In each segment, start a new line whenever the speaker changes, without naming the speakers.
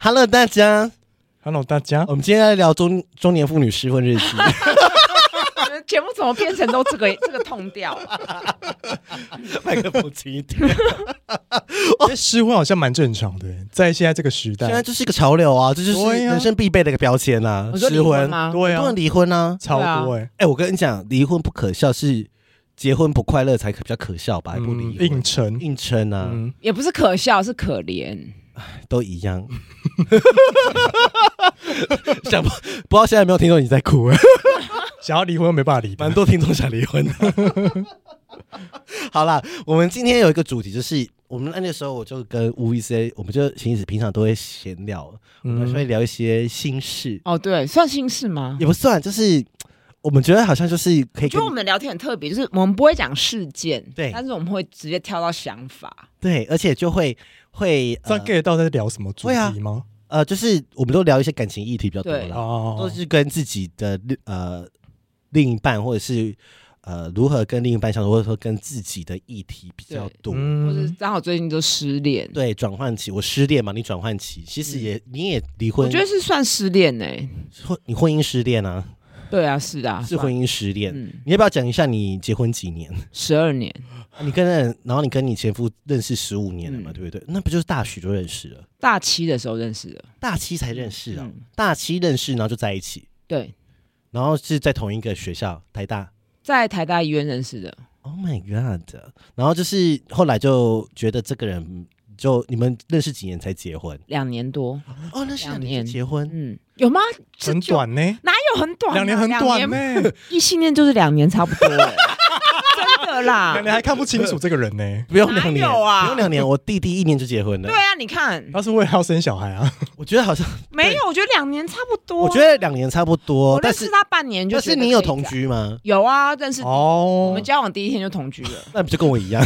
Hello，大家，
Hello，大家，
我们今天来聊中中年妇女失婚日 记。
节目怎么变成都这个这个痛调？啊
麦克风轻一点。
其实失婚好像蛮正常的，欸在现在这个时代
现，在这是一个潮流啊，这就是
对啊
人生必备的一个标签呐、
我说离
失
婚
婚，
吗？
对
不
啊
能，离婚啊！
超多哎，
哎、我跟你讲，离婚不可笑，是结婚不快乐才可比较可笑吧？还不离
嗯
婚
硬撑，
硬撑啊，
嗯，
也不是可笑，是可怜。
都一样。想不不知道现在有没有听众你在哭，
想要离婚又没办法离的，
蛮多听众想离婚的。好啦，我们今天有一个主题，就是我们那时候我就跟吴医生，我们就其实平常都会闲聊，我们
嗯，
会聊一些心事，
哦，对，算心事吗？
也不算，就是我们觉得好像就是可以
就
跟
我们的聊天很特别，就是我们不会讲事件，
对
但是我们会直接跳到想法。
对，而且就会会
这
呃
样 get 到在聊什么主
对啊
题吗？
呃，就是我们都聊一些感情议题比较多
对
啦，都
哦，
是跟自己的呃另一半或者是呃如何跟另一半相处，或者说跟自己的议题比较多。
或者是
嗯，
刚好最近就失恋，
对，转换期，我失恋嘛，你转换期，其
嗯
实也、你也离婚，
我觉得是算失恋呢、
婚你婚姻失恋啊，
对啊，是啊，
是婚姻失恋。
嗯，
你要不要讲一下你结婚几年？
十二年，
啊你跟人，然后你跟你前夫认识十五年了嘛，
嗯
对不对？那不就是大学就认识了，
大七的时候认识的。
大七才认识啊，
嗯
大七认识，然后就在一起，
对，
然后是在同一个学校，台大。
在台大医院认识的。
Oh my god！然后就是后来就觉得这个人，就你们认识几年才结婚？
两年多，
哦，那是
两
两
年
年就结婚，
嗯，有吗？是
很
就，
短呢，
哪有很短啊、
两年很短欸
年
呢，
异性恋就是两年差不多、欸，真的啦
啊
两。年还看不清楚这个人呢，
不用
哪
两年
有啊
不用两年，我弟弟一年就结婚了
对。啊，你看，
呃
他是为了要生小孩啊，
我觉得好像，
没有，我觉得两年差不多。
我觉得两年差不多
我，认
但
识
是
他半年就
但
觉得
是
可以
你有同
讲？
居吗？
有啊，认识我
哦
们，交往第一天就同居了。
那不就跟我一 样？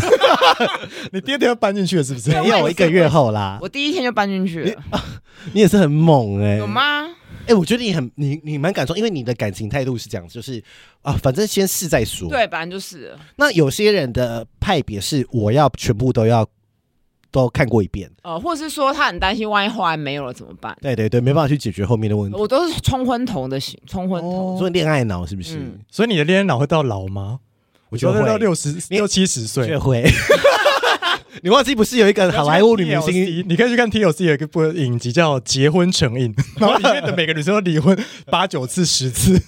你爹爹要搬进去了是不是？
没有，我一个月后啦。
我第一天就搬进去了，
啊你哎也是很猛哎、
有？吗？
哎、我觉得你很你你蛮敢说，因为你的感情态度是这样，就是啊，反正先试再说。
对，反正就是了
那有些人的派别是我要全部都要都看过一遍，
呃，或者是说他很担心，万一后来没有了怎么办？
对对对，没办法去解决后面的问题。
我都是冲昏头的型，冲昏头。
所以恋爱脑是不是？
哦嗯
所以你的恋爱脑会到老吗？
我觉得
会到
会，
六十六七十岁
学。会。 你忘记不是有一个好莱坞女明星？，
你可以去看 TLC 有一部影集叫《结婚 成瘾》，然后里面的每个女生都离婚八九次、十次，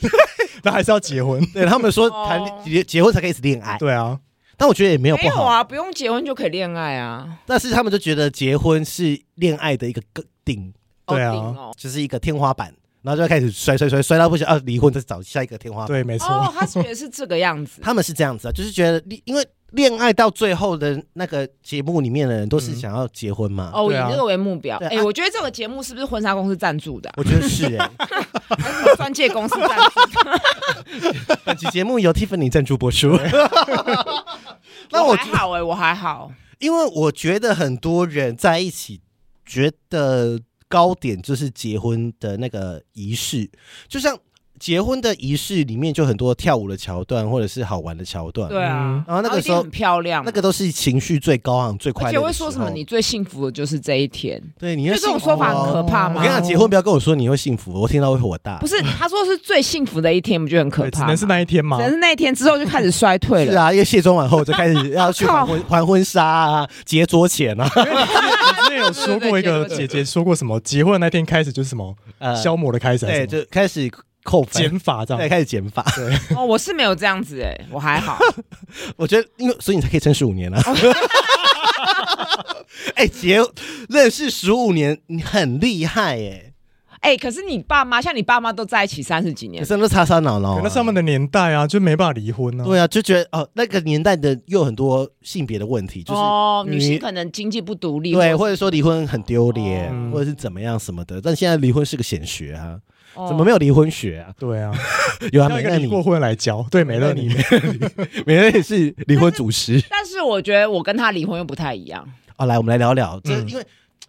那还是要结婚。
对他们说谈
哦
结结婚才可以恋爱，
对啊，
但我觉得也没有
没
不
有
好。
啊，不用结婚就可以恋爱啊。
但是他们就觉得结婚是恋爱的一个个顶，
哦
对啊
顶哦
就是一个天花板，然后就开始摔摔摔摔到不行，啊，离婚再找下一个天花板。
对，没
哦
错，，
他觉得是这个样 子。
他们是这样子啊，就是觉得恋因为恋爱到最后的那个节目里面的人都是
嗯
想要结婚嘛。
哦，以
对啊
这个为目标。
对
哎、
啊
我觉得这个节目是不是婚纱公司赞助 的啊、
我觉得是 哎、
钻戒公司赞助的？
本期节目由 Tiffany 赞助播 出。 那我
还好哎、我还好。
因为我觉得很多人在一起，觉得高点就是结婚的那个仪式，就像结婚的仪式里面就很多跳舞的桥段，或者是好玩的桥段。
对啊
嗯，
然后那个
一定
时候
很漂亮，
那个。都是情绪最高昂、最快乐
而
的时
且
候。
会说什么？你最幸福的就是这一天，
对你
就
要
这种
幸福
说法
哦
很可怕
我
吗
跟你？讲，结婚不要跟我说你会幸福，我听到会火大。
不是，他说是最幸福的一天，你不觉得很可
对只
怕吗？
能是那一天啊吗
可？是那一天之后就开始衰退
是
了。
啊，因为卸妆完后就开始要去还婚还婚纱啊、结桌钱啊，
你之前有说过一个
对对对
姐姐说过什么，结婚那天开始就是什么
呃，
消磨的开始还
对
是什么，
就开始扣分，
减法这
对，
样。
开始减法。啊
哦，我是没有这样子哎、我还好。
我觉得，因为所以你才可以撑十五年啊。 哎、结认识十五年，你很厉害哎、
哎、可是你爸妈，像你爸妈都在一起三十几
可
年，
是都擦擦脑脑、
可
啊。
能上面的年代啊，就没办法离婚啊。
对啊，就觉得哦，那个年代的又有很多性别的问题， 就是、
哦，
女
女性可能经济不独立，
对，或者说离婚很丢脸，
哦
或者是怎么样什么的。但现在离婚是个显学啊，
哦
怎么没有离婚学啊？
对啊，
有啊，
要
美
一个
乐
离
你，
过婚来教，对美乐你，
美乐你是离婚主 持。
但是我觉得我跟他离婚又不太一样。
哦，来，我们来聊聊，这、
嗯
因为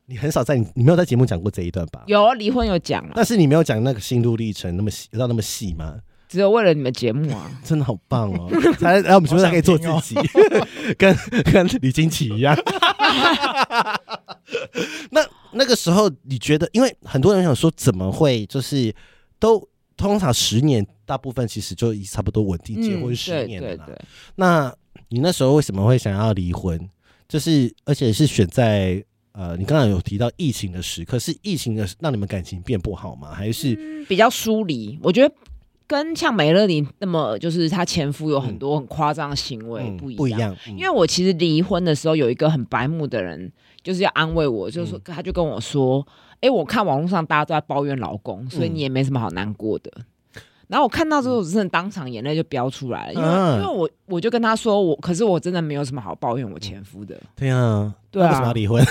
你很少在你你没有在节目讲过这一段吧？
有离婚有讲啊了，
但是你没有讲那个心路历程那么细，到那么细吗？
只有为了你们节目啊。
真的好棒 哦！才来我们节目才可以做自己，
哦
跟跟李金奇一样。 那那个时候，你觉得，因为很多人想说，怎么会就是都通常十年，大部分其实就已差不多稳定结婚十年了
嗯对
啦、
对对，
那你那时候为什么会想要离婚？就是而且是选在呃，你刚刚有提到疫情的时刻，是疫情的让你们感情变不好吗？还是
嗯比较疏离。我觉得跟像美乐妮那么，就是她前夫有很多很夸张的行为
嗯
不一
不一
样。
样？嗯
因为我其实离婚的时候有一个很白目的人，就是要安慰我，就是说
嗯
他就跟我说：“哎、我看网络上大家都在抱怨老公，所以
嗯
你也没什么好难过的。然后我看到之后，我真的当场眼泪就飙出来了，因为、
嗯
因为我我就跟他说我，可是我真的没有什么好抱怨我前夫的，
对啊，
对
那
啊
为什么要离婚？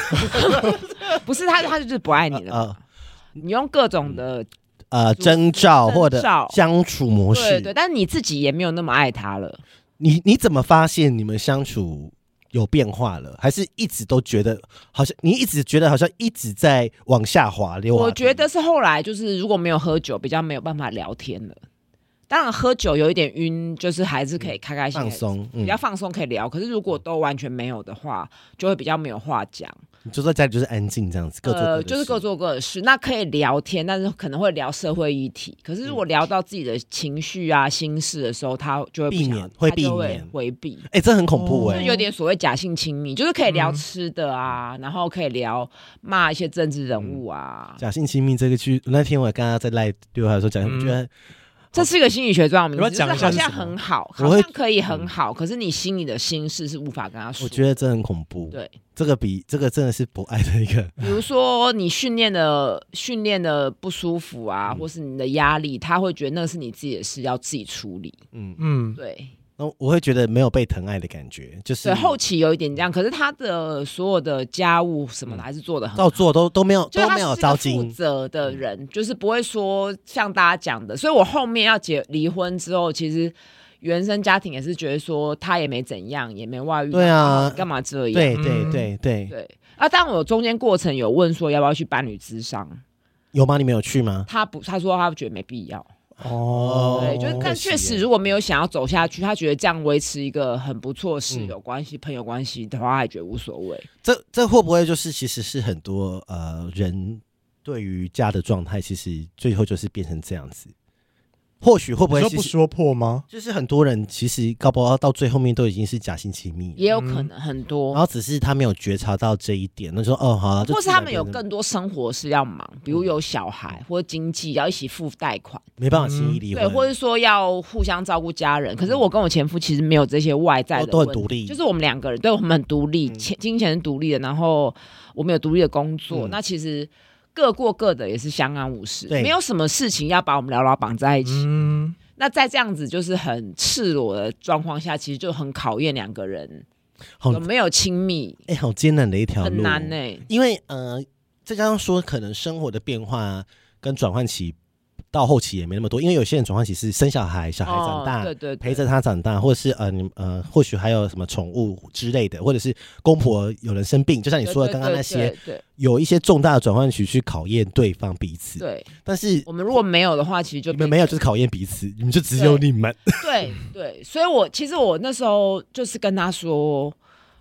不是他他就是不爱你了嘛，
啊
你用各种的
呃
主
征兆或者
征兆
相处模
对
式，
对，但是你自己也没有那么爱他了。
你你怎么发现你们相处有变化了？还是一直都觉得好像你一直觉得好像一直在往下滑溜滑梯？
我觉得是后来就是如果没有喝酒，比较没有办法聊天了。当然喝酒有一点晕，就是还是可以开开心
放
心、
松，嗯
比较，放松可以聊。可是如果都完全没有的话，就会比较没有话讲。
你就在家里就是安静这样子，各做各
呃，
的
就是
事
各做各的事。那可以聊天，但是可能会聊社会议题。可是如果聊到自己的情绪啊、心事的时候，他就会不
避
想
免会
他就
避
会
免
回避。
哎、这很恐怖哎、
就有点所谓假性亲密，就是可以
嗯
聊吃的啊，然后可以聊骂一些政治人物啊，
假性亲密这个区，那天我刚刚在赖对话的时候讲，
嗯
我觉得
这是一个心理学专有名
你要
词，就
讲
是
一下
好
是
像
什么
很好，
我
好
会嗯
像可以很好，可是你心里的心事是无法跟他说。
我觉得这很恐怖，
对，
这个比这个真的是不爱的一个，
比如说你训练的训练的不舒服啊，
嗯
或是你的压力，他会觉得那是你自己的事，要自己处理。
嗯，
嗯，
对，
那我会觉得没有被疼爱的感觉，就是
所以后期有一点这样，可是他的所有的家务什么的还是做的很好。
照做嗯都都没有
就是
都
他
没有嗯
是一个
招
负
金，
责的人，就是不会说像大家讲的，所以我后面要结离婚之后，其实原生家庭也是觉得说他也没怎样，也没外遇，
对啊
干嘛这样？
对
嗯
对对对，
对啊，但我中间过程有问说要不要去伴侣咨商，
有吗？你没有去吗？
他不，他说他觉得没必要，
哦，
对，就是但
可惜
确
耶
实如果没有想要走下去，他觉得这样维持一个很不错的室
嗯
友关系、朋友关系的话，他也觉得无所谓。
这这会不会就是其实是很多呃人对于家的状态，其实最后就是变成这样子？或许会不会
你说
其
不
实
说破吗？
就是很多人其实搞不好到最后面都已经是假性亲密了，
也有可能很多，
然后只是他没有觉察到这一点，那就说哦好啊，就
或是
自然
他们有
变成
更多生活是要忙，
嗯
比如有小孩或经济要一起付贷款，
没办法轻易离婚，
对，或者说要互相照顾家人。可是我跟我前夫其实没有这些外在
嗯
的
哦都都很
问题
独立
就是我们两个人，对我们很独立，
嗯
钱金钱是独立的，然后我们有独立的工作，
嗯
那其实各过各的，也是相安无事，
对
没有什么事情要把我们牢牢绑在一起。
嗯，
那在这样子就是很赤裸的状况下，其实就很考验两个人
好
有没有亲密，
哎、好艰难的一哦条路，
很难呢、欸
啊因为呃，再加上说，可能生活的变化跟转换期到后期也没那么多，因为有些人转换期是生小孩，小孩长大，
哦对对对
陪着他长大，或者是呃，你们呃，或许还有什么宠物之类的，或者是公婆有人生病，就像你说的刚刚那些，
对对
有一些重大的转换期去考验对方彼此。
对，对
但是
我们如果没有的话，其实就
你们没有，就是考验彼此，你们就只有你们。
对对，所以我其实我那时候就是跟他说，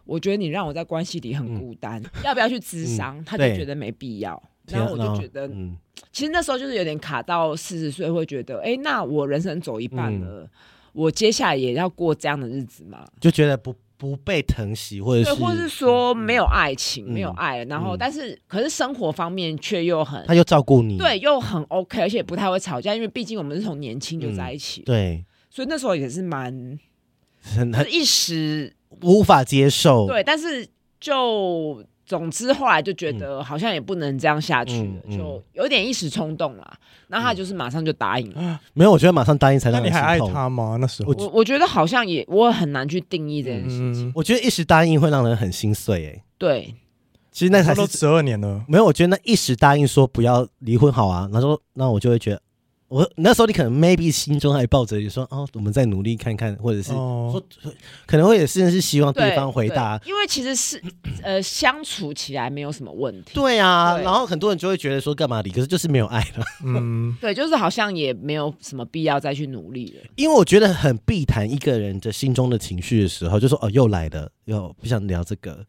我觉得你让我在关系里很孤单，要不要去咨商？他就
嗯对
觉得没必要。
天
然
啊
后我就觉得，
嗯，
其实那时候就是有点卡到四十岁，会觉得，哎，那我人生走一半
嗯
了，我接下来也要过这样的日子吗？
就觉得不不被疼惜，或者
对，
是
或是说没有爱情，没有
嗯
爱，然后、
嗯
但是可是生活方面却又很
他又照顾你，
对，又很 OK，而且不太会吵架，因为毕竟我们是从年轻就在一起，
嗯对，
所以那时候也是蛮
很
就
很
是一时
无法接受。
对，但是就总之后来就觉得好像也不能这样下去
嗯
了，
嗯嗯嗯
就有点一时冲动啦。然后他就是马上就答应了。
没有，我觉得马上答应才
那
让
你还
人
爱
心痛。
他吗？那时候，
我我觉得好像也我很难去定义这件事情。
嗯，
我觉得一时答应会让人很心碎、哎，
对，
其实那
他
才
都
是
十二年 了，
没有，我觉得那一时答应说不要离婚好啊，然后说那我就会觉得，我那时候你可能 maybe 心中还抱着你说哦，我们再努力看看，或者是、
哦，
可能会也甚至是希望
对
对方回答。
对因为其实是呃相处起来没有什么问题。
对啊，
对
然后很多人就会觉得说干嘛离，可是就是没有爱了，
嗯，
对，就是好像也没有什么必要再去努力了。
因为我觉得很避谈一个人的心中的情绪的时候，就说哦又来了，又不想聊这个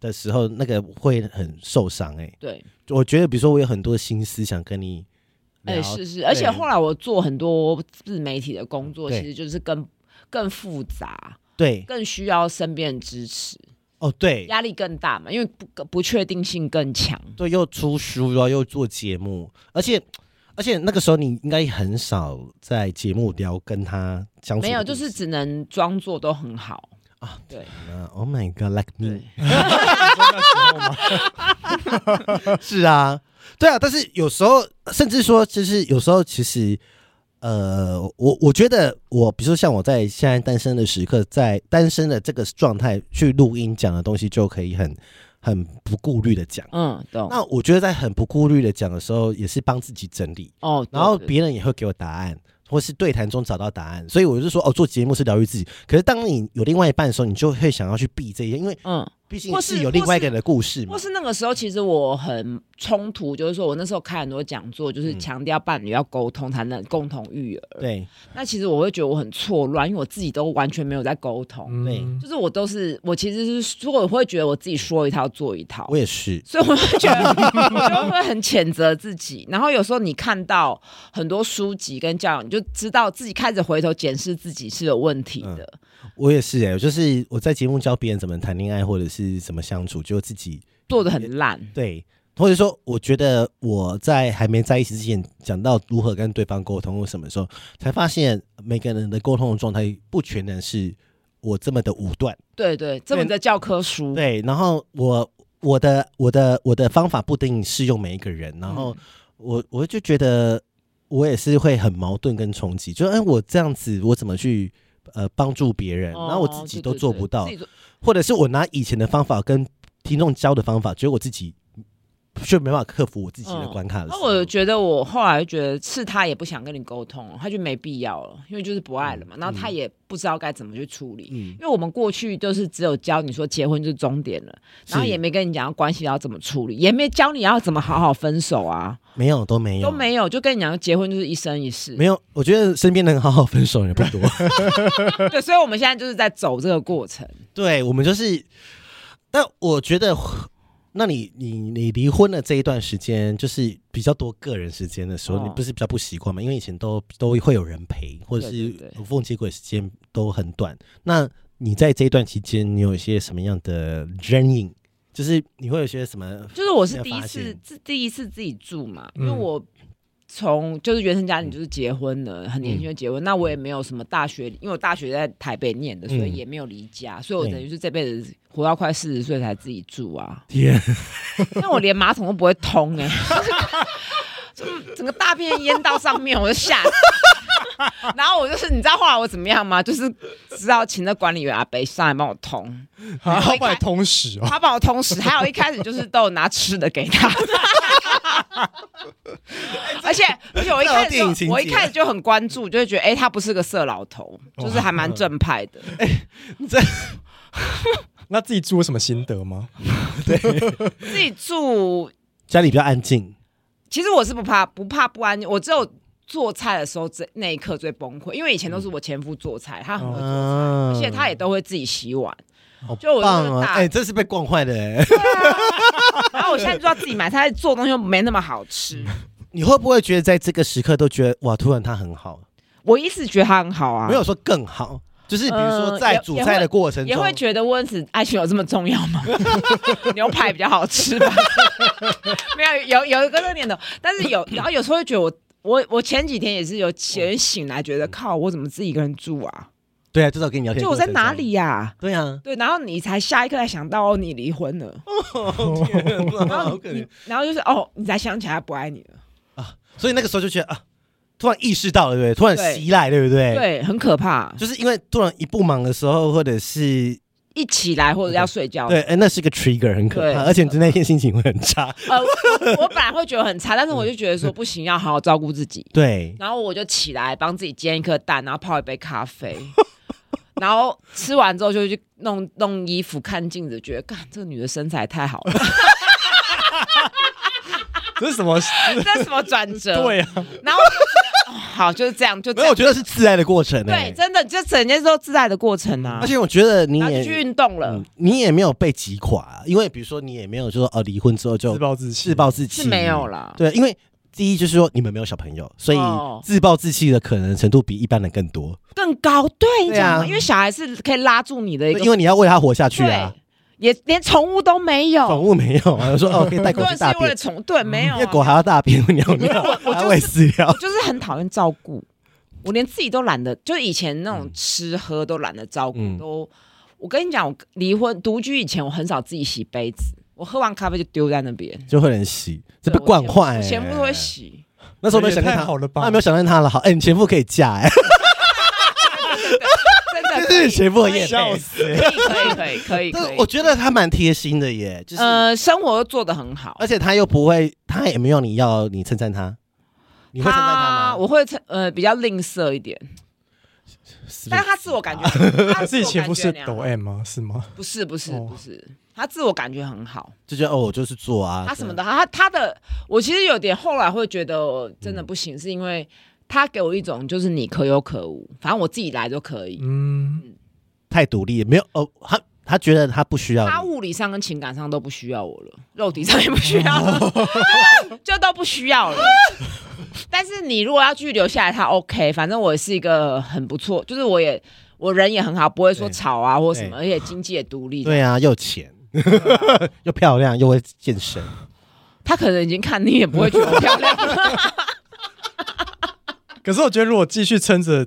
的时候，那个会很受伤哎、
对，
我觉得比如说我有很多心思想跟你
哎、
聊，
是是，而且后来我做很多自媒体的工作，
对
其实就是更更复杂，
对
更需要身边的支持，
哦对
压力更大嘛，因为不不确定性更强。
对，又出书，然后又做节目，而且而且那个时候你应该很少在节目聊跟他相处的故事，
没有，就是只能装作都很好
啊。
对
啊 Oh my God，like me，
对，
是啊，对啊，但是有时候甚至说，就是有时候其实。呃，我我觉得我，比如说像我在现在单身的时刻，在单身的这个状态去录音讲的东西，就可以很很不顾虑的讲。
嗯，懂。
那我觉得在很不顾虑的讲的时候，也是帮自己整理，
哦，对
然后
对
别人也会给我答案，或是对谈中找到答案。所以我就说，哦，做节目是疗愈自己。可是当你有另外一半的时候，你就会想要去避这些，因为
嗯，
毕竟
或是
是有另外一个人的故事嘛
或。是那个时候，其实我很冲突，就是说我那时候开很多讲座，
嗯
就是强调伴侣要沟通才能共同育儿。
对
那其实我会觉得我很错乱，因为我自己都完全没有在沟通，
对，
就是我都是我其实是，如果我会觉得我自己说一套做一套
我，也是，
所以我会觉得我就会很谴责自己。然后有时候你看到很多书籍跟教养，你就知道自己开始回头检视自己是有问题的。
我也是哎、我就是我在节目教别人怎么谈恋爱或者是怎么相处，就自己
做的很烂，
对。或者说，我觉得我在还没在一起之前，讲到如何跟对方沟通或什么的时候，才发现每个人的沟通的状态不全然是我这么的武断。
对对，这么的教科书，
对，然后我我的我的我的方法不一定适用每一个人，然
嗯
后我我就觉得我也是会很矛盾跟冲击，就哎、我这样子我怎么去呃帮助别人，
哦
然后我自己都
对对
做不到，
对自己
或者是我拿以前的方法跟听众教的方法，觉得我自己却没办法克服我自己的
嗯
关卡的时
那
候
我觉得我后来觉得是他也不想跟你沟通了，他就没必要了，因为就是不爱了嘛。然后他也不知道该怎么去处理，
嗯
因为我们过去就是只有教你说结婚就是终点了，然后
是
也没跟你讲关系要怎么处理，也没教你要怎么好好分手啊，
没有都没有
都没有，就跟你讲结婚就是一生一世
没。有，我觉得身边能好好分手的人不多。
对，所以我们现在就是在走这个过程。
对，我们就是。但我觉得，那你你你离婚的这一段时间，就是比较多个人时间的时候，
哦
你不是比较不习惯吗？因为以前都都会有人陪，或者
对
是
对对
无缝接轨时间都很短。那你在这一段期间，你有一些什么样的 journey？就是你会有些什么？
就是我
没
是
有
第一
发
次
现
自第一次自己住嘛，因
嗯
为我从就是原生家庭就是结婚了，很年轻就结婚，那我也没有什么大学，因为我大学在台北念的，所以
嗯
也没有离家，所以我
对，
等于是这辈子活到快四十岁才自己住啊
天，
那我连马桶都不会通哎、 就整个大便淹到上面，我就吓死。然后我就是，你知道后来我怎么样吗？就是知道请那管理员阿北上来帮我通，
啊，好歹通史哦，
他帮我通食，还有一开始就是都有拿吃的给他。 而且而且我一开
这有电影
始
情节
就我一开始就很关注，就会觉得哎、诶他不是个色老头，就是还蛮正派的。
那自己住有什么心得吗？
自己住，
家里比较安静，
其实我是不怕不怕不安，我只有做菜的时候这那一刻最崩溃，因为以前都是我前夫做
哦
菜，他很会做菜，
嗯，
而且他也都会自己洗碗。
好
就我
棒
那
哦，
个大
哎，这是被惯坏的哎，
然后我现在就要自己买，他做东西又没那么好吃。
你会不会觉得在这个时刻都觉得哇，突然他很好，
我一直觉得他很好啊，
没有说更好，就是比如说
呃
在
也
煮
也
菜的
会
过程中，
也会觉得温子爱情有这么重要 吗？牛排比较好吃吧？ 没有，有有一个热念头，但是 有，然后有时候会觉得我我我前几天也是有
哦
前醒来觉得靠，我怎么自己一个人住
嗯
啊？
对啊，就是我跟你聊天，
就我在哪？里呀、
对 啊，
对，然后你才下一刻才想到哦，你离婚了，
然后
你然后就是哦，你才想起来他不爱你了，
所以那个时候就觉得啊，突然意识到了，对不对？突然
对
袭来，对不对？，
对，很可怕。
就是因为突然一不忙的时候，或者是
一起来或者要睡觉，
对，哎，那是一个 trigger，很可怕，
对
而且那天心情会很差。
呃，我我本来会觉得很差，但是我就觉得说不行，要好好照顾自 己。
对，
然后我就起来帮自己煎一颗蛋，然后泡一杯咖啡， 然后吃完之后就去弄弄衣服，看镜子，觉得干这个女的身材太好了，
这是什么？
这什么转折？
对啊，
然后 我就觉得、哦好，就是这样，就这
没有，我
样。
觉得是自爱的过程。哎
对，真的，就整件都自在的过程啊
而。且我觉得你
然后就
也
去运动了
嗯，你也没有被击垮，因为比如说你也没有说哦离婚之后就
自暴自弃，
自暴自弃，
是没有。啦。
对，啊因为第一就是说你们没有小朋友，所以
哦
自暴自弃的可能程度比一般人更多，
更高，对，你
对啊
讲嘛，因为小孩是可以拉住你的一个，
因为你要为他活下去啊
对。，也连宠物都没
宠
有，
物没有啊，说哦可以带
很
狗
多
去
人是
大
为
便，
了
嗯
宠物，对，没
因
有啊，
为狗还要大便尿尿，还要喂饲料
我。就是很讨厌照顾，我连自己都懒得，就是以前那种吃喝都懒得照顾，
嗯
都我跟你讲，我离婚独居以前，我很少自己洗杯子，我喝完咖啡就丢在那边，
就会有人洗，这被
对
惯坏、
我
欸。
前夫我前夫都会 洗，
那时候没有想到
也
他
太好了吧
啊没有想到他了，好，哎、你前夫可以嫁、哎，
真
这
的 可
是
以
前夫的夜
笑
配。
死！
可以可以可以可 以
但
可
我
以，
觉得他蛮贴心的耶，就是，
呃，生活又做得很好。
而且他又不会，他也没有你要你称赞他，你会称赞他吗？
我会称呃比较吝啬一点，
是啊不
但
是
是他自我感觉，他
自己前夫
夫
是抖 M 吗？是吗？
不是不是
哦
不是，他自我感觉很好，
就觉得哦，我就是做啊，
他什么的，他他的，我其实有点后来会觉得我真的不
嗯
行，是因为他给我一种就是你可有可无，反正我自己来就可以。
嗯，
太独立，没有哦，他他觉得他不需要你，
他物理上跟情感上都不需要我了，肉体上也不需要了， 就都不需要了。但是你如果要继续留下来，他 OK，反正我是一个很不错，就是我也我人也很好，不会说
对
吵啊或什么，而
对
且经济也独立。
对啊，又有钱，
嗯
又漂亮，又会健身，
他可能已经看你也不会觉得我漂亮 了。
可是我觉得如果继续撑着，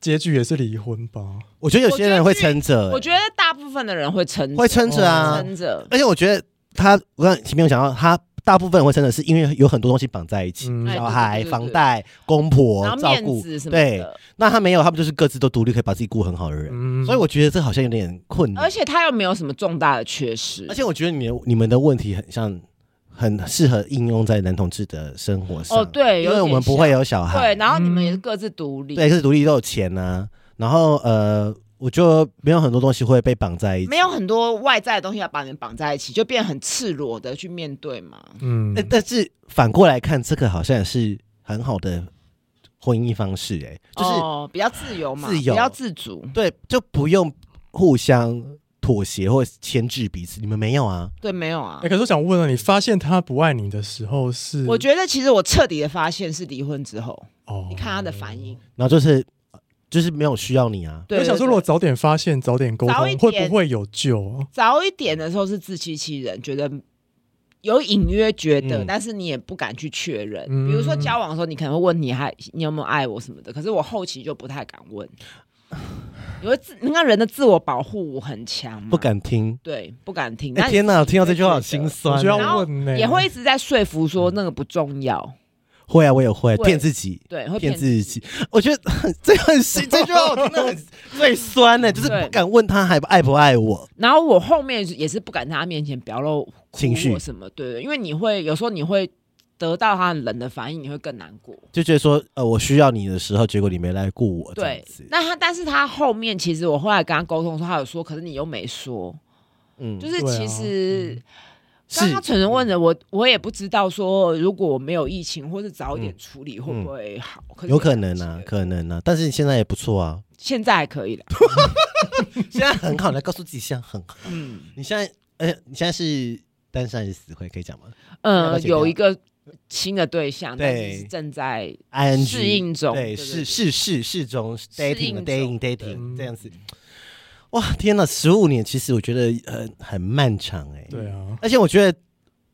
结局也是离婚吧。
我觉得有些人会撑着、
我觉得大部分的人会撑着，
会撑着啊，
撑着。
而且我觉得他，我刚前面有讲到，他大部分人会真的是因为有很多东西绑在一起，
嗯，
哎
小孩、
对对对对
房贷、公婆
然后
照
面
顾
子，什么
对。
的，
那他没有，他们就是各自都独立，可以把自己顾很好的人。
嗯
所以我觉得这好像有点困难。
嗯而，且他又没有什么重大的缺失，
而且我觉得你的你们的问题很像，很适合应用在男同志的生活上。
哦对
因
有
为我
点
们不会有啊嗯小
对，
孩，
然后你们也是各自独立，
对，可是独立都有钱啊。然后呃，我就没有很多东西会被绑在一起。
没有很多外在的东西要把你们绑在一起，就变很赤裸的去面对嘛。
嗯
哎、，但是反过来看，这个好像也是很好的婚姻方式、哎，就是、
哦、比较自由嘛，
自由
比较自主，
对，就不用互相妥协或牵制彼此。你们没有啊？
对，没有啊
哎，。可是我想问了，你发现他不爱你的时候是？
我觉得其实我彻底的发现是离婚之后，
哦
你看啊他的反应，
然后就是就是没有需要你啊。
对，
我想说，如果
对对
早点发现，早点沟通
早一，
会
点
不会有救啊？
早一点的时候是自欺欺人，觉得有隐约觉得，
嗯
但是你也不敢去确认。
嗯
比如说交往的时候，你可能会问你还你有没有爱我什么的，可是我后期就不太敢问， 因为自那个人的自我保护很强嘛，
不敢听。
对，不敢听。
哎、
嗯那
天哪！我听到这句话好心酸啊欸嗯
我就要
然后
问呢，
也会一直在说服说那个不重要，
会啊，我也会
会
骗自己，
对，会
骗
骗
自己。我觉得 很这很心，这句话我听到很最酸呢、就是
对
不敢问他还爱不爱我。
然后我后面也是不敢在他面前表露哭
情绪
或什么，对对，因为你会有时候你会。得到他很冷的反应，你会更难过。
就觉得说，呃，我需要你的时候，结果你没来顾我，这样
对
子，，
那他但是他后面其实我后来跟他沟通的时候，他有说，可是你又没说，
嗯
就是
对啊
其实。刚
是嗯
刚纯纯问的我，我也不知道说，如果没有疫情或是早一点处理会不会好？可是
嗯有可能啊
我，
可能啊，但是你现在也不错 啊，
现在还可以了。
现在很好，来告诉自己现在很好。
嗯
你现在，哎、你现在是单身还是死会？可以讲吗要不要
呃，
剪掉
有一个新的对象，
对
但是是正在
？I N G
适应中，
对，是是是是中
应
dating
中
dating
对
dating 这样子。哇，天呐，十五年其实我觉得很很漫长哎、
对啊，
而且我觉得，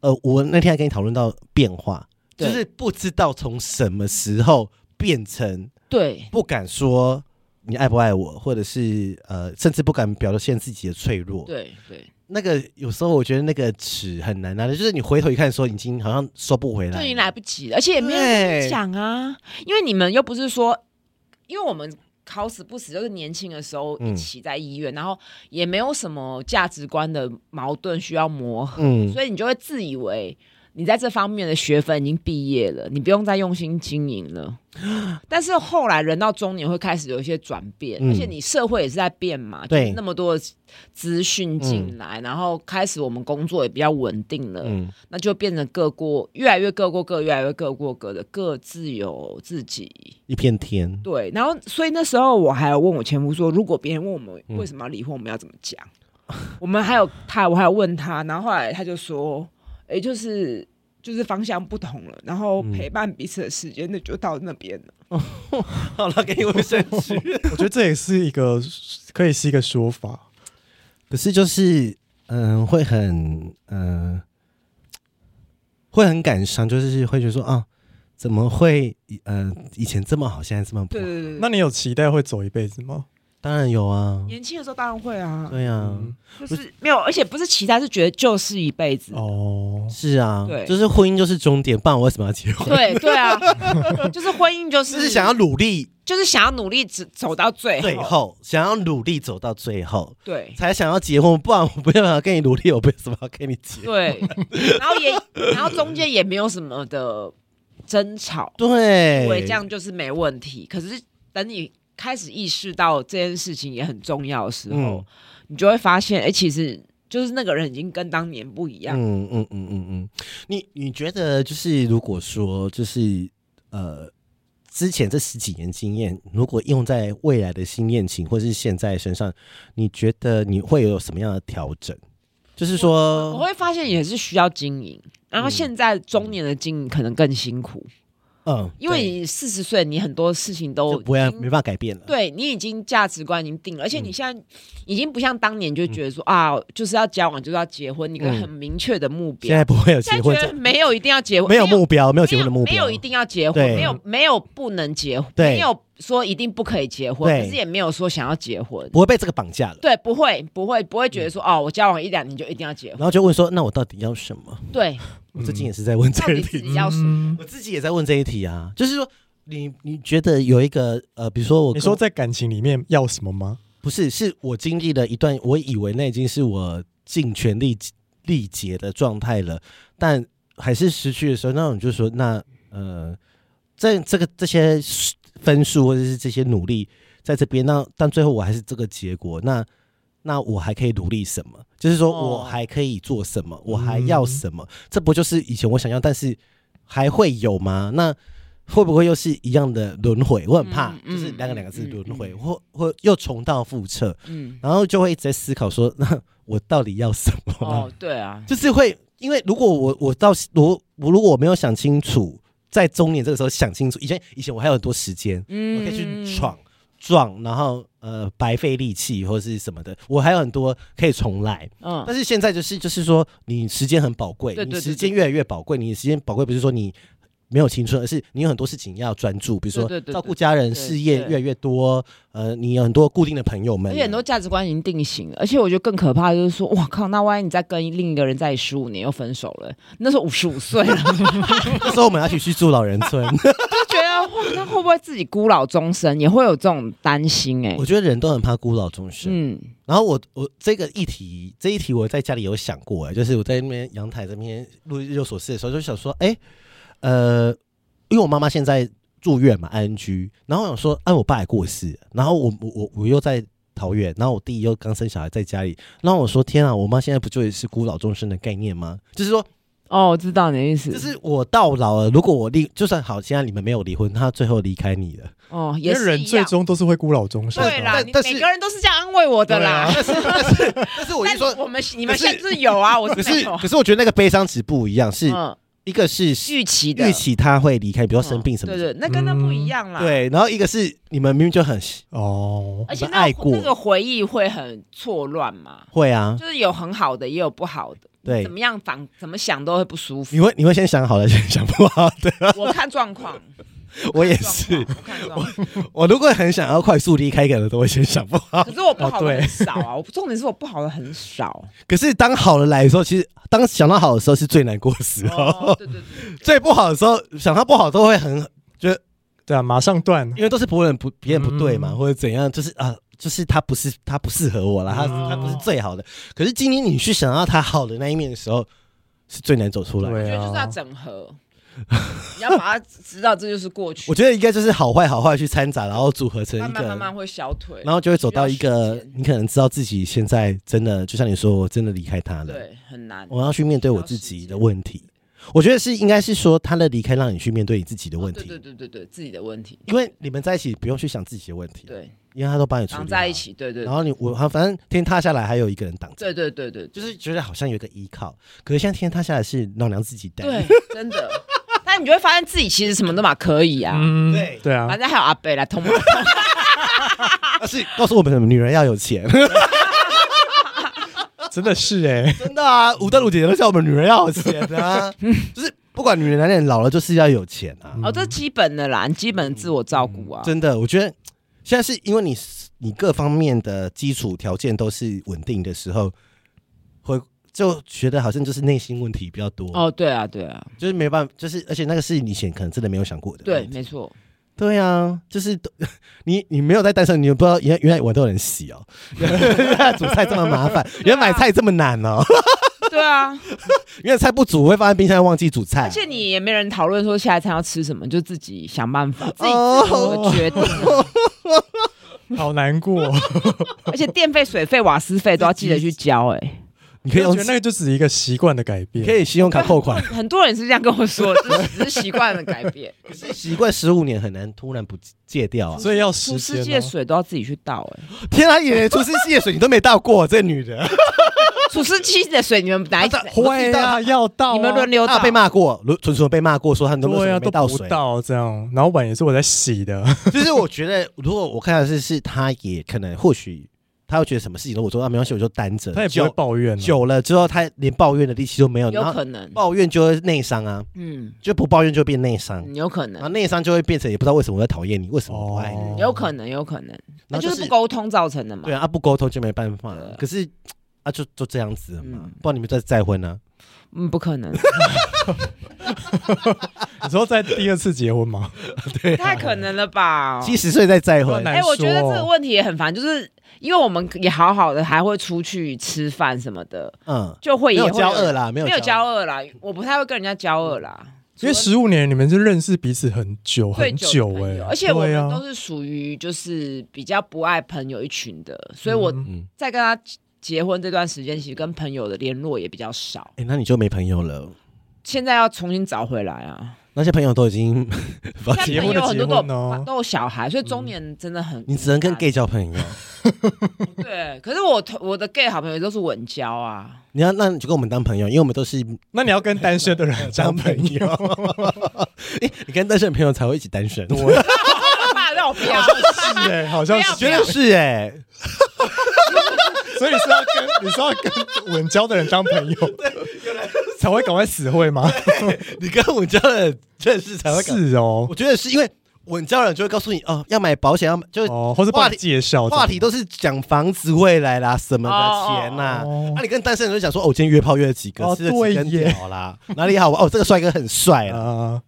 呃，我那天还跟你讨论到变化，就
对
是不知道从什么时候变成
对
不敢说你爱不爱我，或者是呃，甚至不敢表现自己的脆弱。
对对，
那个有时候我觉得那个尺很难拿的，就是你回头一看的时候，已经好像收不回来了。
就已经来不及了，而且也没有人跟你
对，
讲啊，因为你们又不是说，因为我们好死不死就是年轻的时候
嗯
一起在医院，然后也没有什么价值观的矛盾需要磨合，
嗯，
所以你就会自以为你在这方面的学分已经毕业了，你不用再用心经营了。 但是后来人到中年会开始有一些转变，
嗯
而且你社会也是在变嘛，
对
就是那么多的资讯进来，然后开始我们工作也比较稳定了，
嗯
那就变成各过越来越各过各，越来越各过各的，各自有自己。
一片 天，
对，然后所以那时候我还有问我前夫说，如果别人问我们为什么要离婚，我们要怎么讲？ 我们还有他，我还有问他，然后后来他就说，哎、就是就是方向不同了，然后陪伴彼此的时间那就到那边了。
好了，给你卫生纸。
我觉得这也是一个可以是一个说法，
可是就是，嗯、会很，嗯、会很感伤，就是会觉得说啊，怎么会，嗯、以前这么好，现在这么不
对
好？
对对对，
那你有期待会走一辈子吗？
当然有啊，
年轻的时候当然会啊，
对啊。
嗯
就是没有，而且不是期待，是觉得就是一辈子。
哦，
是啊，
对
就是婚姻就是终点，不然我为什么要结婚？
对对啊，就是婚姻就是
就是想要努力
就是想要努力走走到最后，
最后，想要努力走到最后，
对
才想要结婚，不然我没有办法跟你努力，我为什么要跟你结？
对，然后也，然后中间也没有什么的争吵，
对，
以为这样就是没问题。可是等你开始意识到这件事情也很重要的时候，
嗯
你就会发现，哎、其实就是那个人已经跟当年不一样。
嗯嗯嗯嗯嗯，你你觉得就是如果说就是呃之前这十几年经验，如果用在未来的新恋情或是现在身上，你觉得你会有什么样的调整？就是
我
说，
会发现也是需要经营，然后
嗯
现在中年的经营可能更辛苦，
嗯，
因为
对
你四十岁，你很多事情
就
都
不要
已经
没办法改嗯变了，
对你已经价值观已经定了，而且你现在已经不像当年就觉得说、啊，就是要交往，就是要结婚，你个
嗯
很明确的目
现
标。
在不会有结
现在
婚
觉
这
嗯
得没有一定要结婚，
没有目
没
标，没有
有
结婚的目标，
没有一定要结婚，
对
没有没有不能结婚，
对
没有说一定不可以结婚，
对
可是也没有说想要结婚，
不会被这个绑架了。
对，不会不会不会觉得说、
嗯
哦，我交往一两年就一定要结
然
婚，
后就问说，那我到底要什么？
对，
我
嗯
最近也是在问
到
这一
底
题
自，己要什 么？
我自己也在问这一题啊。就是说，你你觉得有一个呃，比如说我跟，
你说在感情里面要什么吗？
不是，是我经历了一段，我以为那已经是我尽全力力竭的状态了，但还是失去的时候，那我就说，那呃，这这个这些分数或者是这些努力在这边，那但最后我还是这个结果，那那我还可以努力什么？就是说
哦
我还可以做什么，我还要什么？这不就是以前我想要，但是还会有吗？那会不会又是一样的轮回？我很怕，
嗯
就是
嗯
两个两个字
嗯
轮回，或或又重蹈覆辙，
嗯，
然后就会一直在思考说， 那我到底要什么？
哦，对啊，
就是会，因为如果我我到我我如果我没有想清楚，在中年这个时候想清楚，以前以前我还有很多时间，
嗯
我可以去闯撞，然后呃白费力气或是什么的，我还有很多可以重来。
嗯
但是现在就是就是说，你时间很宝贵，
对对
你
对
时
对
间越来越宝贵，你时间宝贵不是说你。没有青春，而是你有很多事情要专注，比如说
对对对对
照顾家人、
对
事业
对
越来越多，呃，你有很多固定的朋友们
而
啊，
且很多价值观已经定型了，而且我觉得更可怕的就是说，哇靠，那万一你再跟另一个人在一起十五年又分手了，那时候五十五岁 了，就
那时候我们要一起去住老人 村，
觉得哇，那会不会自己孤老终生？也会有这种担心哎、
我觉得人都很怕孤老终生。
嗯，
然后我我这个议题，这一题我在家里有想过、哎，就是我在那边阳台这边录日有所思的时候，就想说，哎、呃，因为我妈妈现在住院嘛，ING，然后我想说，哎、我爸也过世了，然后我我我我又在桃园，然后我弟又刚生小孩在家里，然后我说天啊，我妈现在不就也是孤老终生的概念吗？就是说，
哦，我知道你的意思，
就是我到老了，如果我离，就算好，现在你们没有离婚，他最后离开你了，
哦，
因
也
为
是
人
一
最
样。
终都是会孤老终生的。
对啦，
但
你
但是啊
每个人都是这样安慰我的啦。
但是但是但是我就
但
说
是。我们你们
可是
甚至有 啊，我
可
是
是
没，有
可。是我觉得那个悲伤值不一样，是
嗯，
一个是
预期的
预期他会离开，比如说生病什么的，
对对，那跟那不一样啦。，
嗯对，然后一个是你们明明就很
哦，
而且
我们
那
爱过
那个回忆会很错乱嘛，
会啊，
就是有很好的，也有不好的。
对
怎，么样反怎么想都会不舒 服
你。会你会先想好了，先想不好的。
我看状况，
我也
看状
是
况，我看状况。
我如果很想要快速离开一个人，都会先想不好。
可是我不好的
哦对
很少啊，我重点是我不好的 很少。
可是当好了来的时候，其实当想到好的时候是最难过的时候，
哦，对对对，
最不好的时候想到不好都会很，
对啊，马上断。
因为都是别人不别人不对嘛，
嗯
或者怎样，就是啊。就是他不是他不适合我啦，他、
嗯
他不是最好的。可是今天你去想到他好的那一面的时候，是最难走出来的。
我觉
对
得就是要
啊，
整 合，你要把它知道这就是过去
我，觉得应该就是好坏好坏去掺杂，然后组合成一个
慢慢慢慢会消退。
然后就会走到一
需要
个
时间
你可能知道自己现在真的，就像你说，我真的离开他了，
对，很难。
我要去面对我自己的问题。我觉得是应该是说他的离开让你去面对你自己的问
对哦对
题，
对对对，自己的问题。
因为你们在一起不用去想自己的问题，
对，
因为他都帮你处理
绑
好
在一。起，对对
然后你我反正天塌下来还有一个人挡着，
对对对对对
就是觉得好像有一个依靠。可是现在天塌下来是老娘自己担，
对，真的。但你就会发现自己其实什么都嘛可以啊，
嗯
对
对啊
反，正还有阿贝来通不
嗯
通？
但是告诉我们女人要有钱，
真的是哎，
真的啊，吴德鲁姐姐都叫我们女人要有钱啊，就是不管女人男人老了就是要有钱啊。
哦，这基本的啦，你基本的自我照顾啊。
真的，我觉得现在是因为你你各方面的基础条件都是稳定的时候，会就觉得好像就是内心问题比较多，
哦，对啊，对啊，
就是没办法，就是而且那个是你以前可能真的没有想过的。
对，没错。
对啊，就是都 你你没有在单身，你也不知道原来原来我都有人洗哦， 原来煮菜这么麻 烦，
啊
原来买菜这么难哦，
对啊，
原来菜不煮会放在冰箱忘记煮菜啊
而，且你也没人讨论说下一餐要吃什么，就自己想办法，自己
哦
自我决定。啊
嗯好难 过。
而且电费、水费、瓦斯费都要记得去交，哎，
你可以
我
用
觉得那个就只是一个习惯的改
你可
变。
以信用卡扣款，
很多人是这样跟我说， 就是只是习惯的改变。
习惯十五年很难突然不戒掉啊。
所以要时
厨师
间
界
哦。
水都要自己去倒， 哎，
天啊，也厨师界水你都没到过，这女的。
厨师界的水你们哪一
啊这
会啊，要到啊
你们 轮流
他
倒
有被骂过，卢纯纯有被骂过，说他你都没有
对
水
啊，
没
都
倒
不
水。
到这样，然后碗也是我在洗 的，
就是我觉得，如果我看到是是他也可能或许他会觉得什么事情都我做，啊没关系，我就担着。
他也不会
久
抱嗯怨啊。
久了之后，他连抱怨的力气都没有，
有
然后
可能，
抱怨就会内伤啊，
嗯，
就不抱怨就变内伤，
有可
然后
能，
内伤就会变成也不知道为什么我在讨厌你，为什么我不爱
哦
你，
有可能，有可能，那
然后
就是不沟通造成的嘛
对。啊，啊不沟通就没办法
对啊。
可是啊，就就这样子了嘛
嗯，
不然你们再再婚呢？
嗯，不 可能，
你说在第二次结婚吗？
啊
太可能了吧？
七十岁再再婚
很，难
哎、我觉得这
说
个问题也很烦，就是因为我们也好好的，还会出去吃饭什么的，
嗯，
就会
没
也
有
会
交恶，啦，没
没有
交
交恶啦，我不太会跟人家交恶啦，
因为
除了
十五年你们就认识彼此很久
最
很
久的朋
哎
友，而且我
对
们
啊
都是属于就是比较不爱朋友一群的，所以我
嗯
嗯，
在跟他结婚这段时间，其实跟朋友的联络也比较少，
哎，那你就没朋友了。
现在要重新找回来啊。
那些朋友都已经 把
现
结
在
婚
朋友
了
很
哦
多
结
都
婚
有
哦
都有小孩，所以中年真的很
你只能跟
孤单
gay 交朋友。
对，可是我同我的 gay 好朋友都是稳交啊。
你要那你就跟我们当朋友，因为我们都是
那你要跟单身的人
当
当
朋
朋友，
友。你哎你跟单身的朋友才会一起单身，我
爸，让我不要。
是哎，好像
不要
是
觉，得是哎。
所以你是要跟你是要跟稳交的人当朋友，才会赶快死会吗？
你跟稳交的认识才会搞，
是哦
我，觉得是因为稳交的人就会告诉你哦，要买保险，要买就是
哦，或是
话
帮你
题
介绍
话题都是讲房子、未来啦什么
哦
的钱呐。
哦
那你跟单身的人就讲说，哦，我今天约炮约了几个，
哦
吃了几根
对耶
屌啦，哪里好玩？哦，这个帅哥很帅啦，
啊，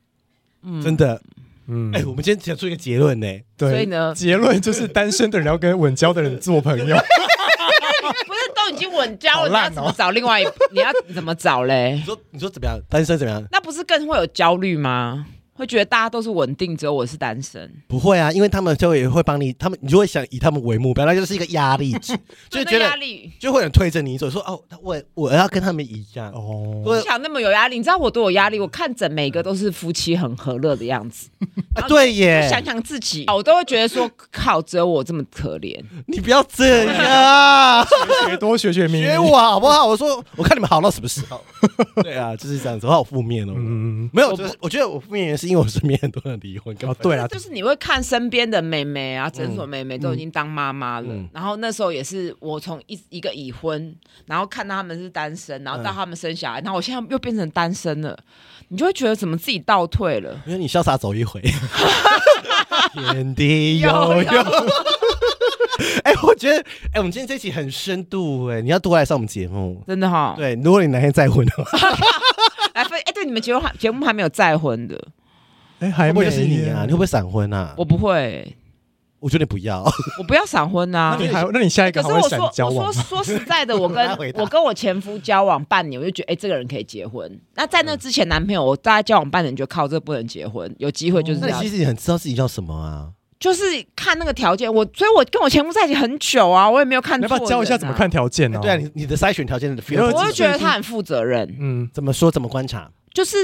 真的。
嗯
哎，，我们今天讲出一个结论呢。
对，
所以呢
结论就是单身的人要跟稳交的人做朋友，
不是都已经稳交
好
了，你要
烂哦
怎么找另外一？你要怎么找嘞
你？说你说怎么样？单身怎么样？
那不是更会有焦虑吗？会觉得大家都是稳定，只有我是单身，
不会啊，因为他们就会会帮你，他们你就会想以他们为目标，那就是一个压力 值，就是觉得
那压力。
就会很推着你走，说哦，我我要跟他们一样。
哦，
我
不想那么有压力，你知道我多有压力？我看整每个都是夫妻很和乐的样子，
啊，对
嗯
耶，
想想自己，我都会觉得说，靠，只有我这么可怜。
你不要这 样，
学多学学命
学
运。
我好不好？我说，我看你们好到什么时 候？对啊，就是这样子，我好负面哦。
嗯，
没有，就是我觉得我负面原因是因为我身边很多人离婚。
哦， 对啊，嗯
就是你会看身边的妹妹啊，诊所妹妹都已经当妈妈了，
嗯
然后那时候也是我从一一个已婚，然后看到他们是单身，然
嗯
后到他们生小孩，然后我现在又变成单身了，你就会觉得怎么自己倒退了。
因为你潇洒走一 回，天地悠
哎
有
悠。 哎、我觉得，哎、我们今天这期很深度哎、你要多来上我们节目。
真的哈、
对，如果你哪天再婚的话，
来分哎、对，你们节目还节目还没有再婚的，
哎，还
会不
没
会就是你啊？你会不会闪婚啊？
我不会、
我觉得你不要，
我不要闪婚
那
啊。
你还那你下一
可
个
是
还会
我
闪
说，
交
我
往
说
吗？
说实在的，我
他
跟
回答
我跟我前夫交往半年，我就觉得，哎、这个人可以结婚。那在
嗯
那之前，男朋友我大概交往半年，就靠这不能结婚，有机
哦
会就是
那
这
你
样。
其实也很知道自己要什么啊。
就是看那个条件，我所以，我跟我前夫在一起很久啊，我也没有看
你
错、
要不要教一下怎么？看条件哦呢？
对啊，，你你的筛选条件的 feel，
嗯我会觉得他很负责任，
嗯，
怎么说怎么观察？
就是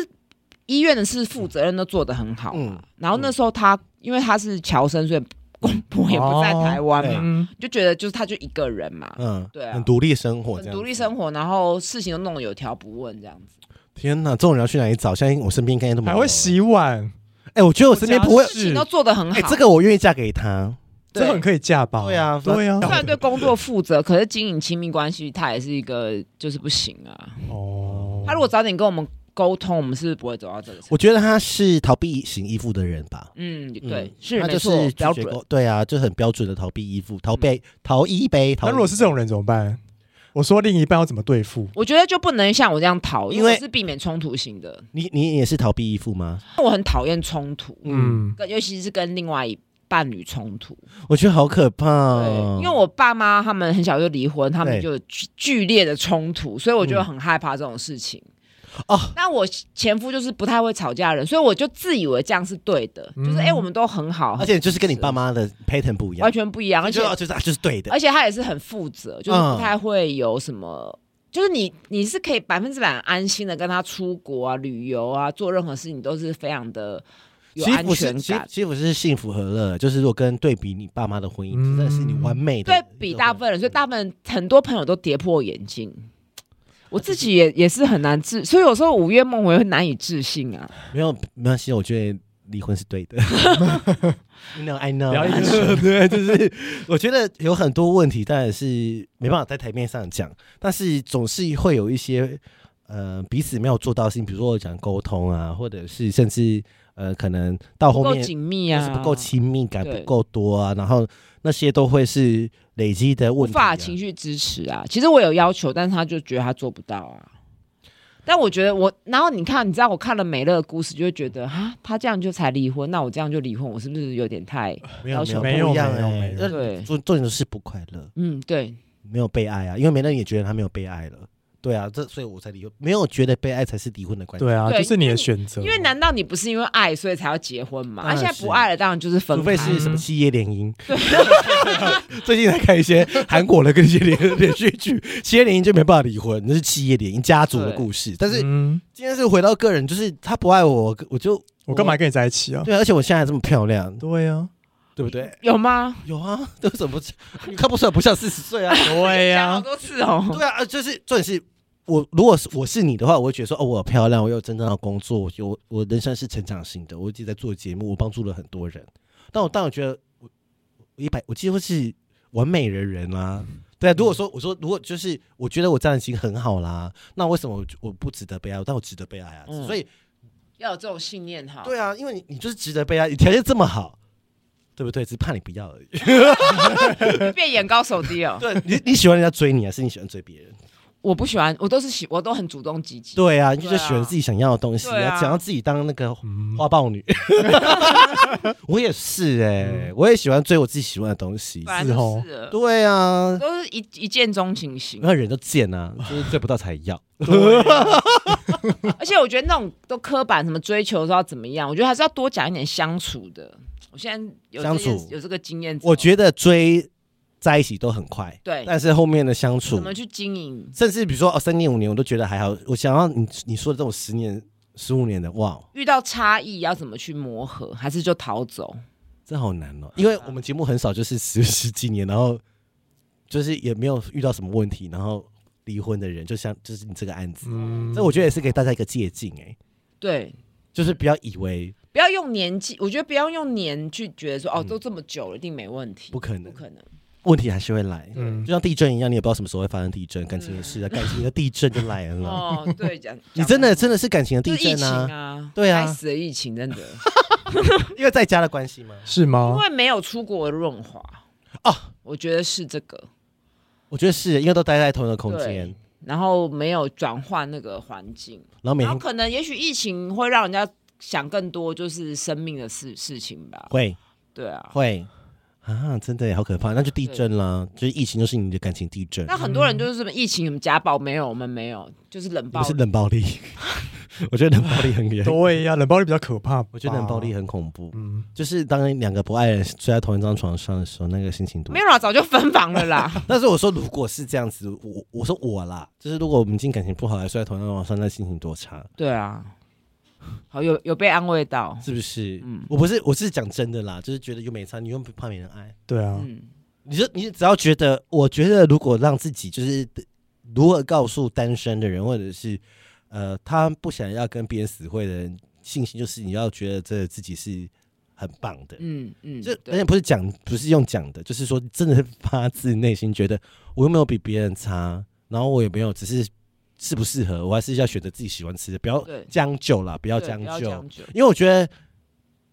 医院的事负责任都做得很好、啊
嗯
然后那时候他，因为他是侨生，所以公婆也不在台湾
对
嘛、
嗯，
就觉得就是他就一个人嘛，
嗯，
对啊
很独立生活，
很独立。生活，然后事情都弄得有条不紊这样子。
天哪，这种人要去哪里找？现在我身边应该都没有。
嗯还会洗碗，
哎，我觉得我身边不会。
事情都做得很好。
哎，这个我愿意嫁给 他。
这很可以嫁吧？
对啊
对啊
虽，然对工作负责，可是经营亲密关系，他也是一个就是不行啊。
哦
他如果早点跟我们沟通，我们是不会走到这个程度。
我觉得他是逃避型依附的人吧。
嗯，
嗯
对，是
他
没
就
错
是，拒
标
绝
准。嗯
过，对啊，就很标准的逃避依附，逃避逃一杯。逃
那如果是这种人怎么办？我说另一半要怎么对付？
我觉得就不能像我这样逃，因
因
为
为
我是避免冲突型的，
你你也是逃避依附吗？
我很讨厌冲突，
嗯，
跟尤其是跟另外一伴侣冲突。
我觉得好可怕
对，
哦。
因为我爸妈他们很小就离婚，他们
对嗯
就有剧剧烈的冲突，所以我就很害怕这种事情。
哦，
那我前夫就是不太会吵架的人，所以我就自以为这样是对的，就是哎、诶我们都很好，
嗯而且就是跟你爸妈的 pattern 不一样
完，全哎不一样，而且
就就是啊就是对的
而。且他也是很负
嗯
责，就是不太会有什么，就是你你是可以百分之百安心的跟他出国啊、旅游啊、做任何事情都是非常的有
其实
安
不是
全，
其实
感。
其实不是幸福和乐，就是如果跟对比你爸妈的婚姻，
嗯
真的是你完美的
对比大部分
嗯
人，所以大部分很多朋友都跌破眼镜。我自己也也是很难置，所以有时候午夜梦回会难以置信啊。
没有没关系，我觉得离婚是对 的。no, I
不要
know
一。
对，啊 就是我觉得有很多问题，当然是没办法在台面上讲，但是总是会有一些呃彼此没有做到的事情，比如说讲沟通啊，或者是甚至呃可能到
不
后
够
面
紧密
就
啊，
是不够亲密感
对
不够多啊，然后那些都会是累积的
无
问题、啊。
法情绪支持啊。其实我有要求，但是他就觉得他做不到啊。但我觉得我，然后你看，你知道我看了美乐的故事，就会觉得啊，他这样就才离婚，那我这样就离婚，我是不是有点太
没有
要
没
求
有
没有
不一样
没有
哎
没有
那
对
重重点就是不快乐，
嗯对？
没有被爱啊，因为梅人也觉得他没有被爱了。对啊，这所以我才离婚，没有觉得被爱才是离婚的关键。
对啊，
对
就是你的选择。
因为难道你不是因为爱所以才要结婚吗？
当
啊，
然
现
是
在不爱了，当然就是分
除非
开。
是
嗯
什么企业联姻， 最近在看一些韩国的跟一些连连续 剧，企业联姻就没办法离婚，那是企业联姻家族的故事。但是
嗯，
今天是回到个人，就是他不爱我，我就
我干嘛？跟你在一起啊？
对，而且我现在还这么漂亮，
对啊，
对不对？
有吗？
有啊，都怎么你看不出来不像四十岁啊？
对
讲好，多次哦。
对啊，呃就是重点是我，如果是我是你的话，我会觉得说，哦，我漂亮，我有真正的工作，我有我人生是成长型的，我一直在做节目，我帮助了很多人。但我但我觉得我我一百，我几乎是完美的人啦、
嗯
对啊，如果说我说如果就是我觉得我这样已经很好啦，那为什么我我不值得被爱？但我值得被爱啊！
嗯
所以
要有这种信念哈。
对啊，因为你你就是值得被爱，你条件这么好，对不对？只是怕你不 要而已。啊
变眼高手低哦。
对你你喜欢人家追你，还是你喜欢追别人？
我不喜欢，我都是喜，我都很主动积极。
对啊，你就
对
是
啊
选自己想要的东西，
对啊
想要自己当那个
嗯
花豹女。我也是哎、我也喜欢追我自己喜欢的东西
本。来
是
就
哦
是了，
对啊，
都是一一见钟情型。
那人都贱啊，就是追不到哎才要。
而且我觉得那种都刻板，什么追求都要怎么样，我觉得还是要多讲一点相处的。我现在有这
相
件
处
有这个经验之后，
我觉得追在一起都很快，
对
但是后面的相处
怎，么去经营，
甚至比如说哦三年五年，我都觉得还好。我想要你你说的这种十年十五年的，哇，
遇到差异要怎么去磨合，还是就逃走？
这好难
啊
哦，因为我们节目很少就是十 十几年，然后就是也没有遇到什么问题，然后离婚的人，就像就是你这个案子，
嗯
这我觉得也是给大家一个借鉴哎、
对，
就是不要以为
不要用年纪，我觉得不要用年去觉得说哦，都这么久了，一定没问题。
嗯不可能
不可能。
问题还是会来，
嗯
就像地震一样，你也不知道什么时候会发生地震，感情也是啊，感情的地震就来了，
哦，对，讲
你真的
讲
真的是感情的
就
地
是疫
震
情
啊，
啊，
对啊哦
该死的疫 情真的，
因为在家的关系吗？
是
因
吗？
为没有出国的润滑
哦，
我觉得是这个，
我觉得是，因为都待在同一个空间，
对然后没有转换那个环境，
然后每
然后
天
可能也许疫情会让人家想更多就是生命的事事情吧，
会
对啊。
会啊，真的耶好可怕，那就地震啦，就是疫情就是你的感情地震，
那很多人就是什么疫情，什么家暴没有，我们没有，就是冷暴
不嗯
力
是。冷暴力， 我觉得冷暴力很严，我
对呀、啊冷暴力比较可怕吧，我
觉得冷暴力很恐怖。
嗯，
就是当两个不爱的人睡在同一张床上的时候，那个心情多
没。有啦，早就分房了 啦。
但是我说，如果是这样子，我我说我啦，就是如果我们今天感情不好，还睡在同一张床上，那心情多差，
对啊，好有有被安慰到，
是不是？
嗯
我不是，我是讲真的啦，就是觉得又没差，你又不怕没人爱，
对啊，
嗯，
你就你只要觉得，我觉得如果让自己就是如何告诉单身的人，或者是呃他不想要跟别人死会的人，信心就是你要觉得这自己是很棒的，
嗯嗯，
就而
对
且不是讲，不是用讲的，就是说真的是发自内心觉得我又没有比别人差，然后我也没有只是适不适合，我还是要选择自己喜欢吃的，不要
对
将就啦，不要
对
将
不要
就，
将就，
因为我觉得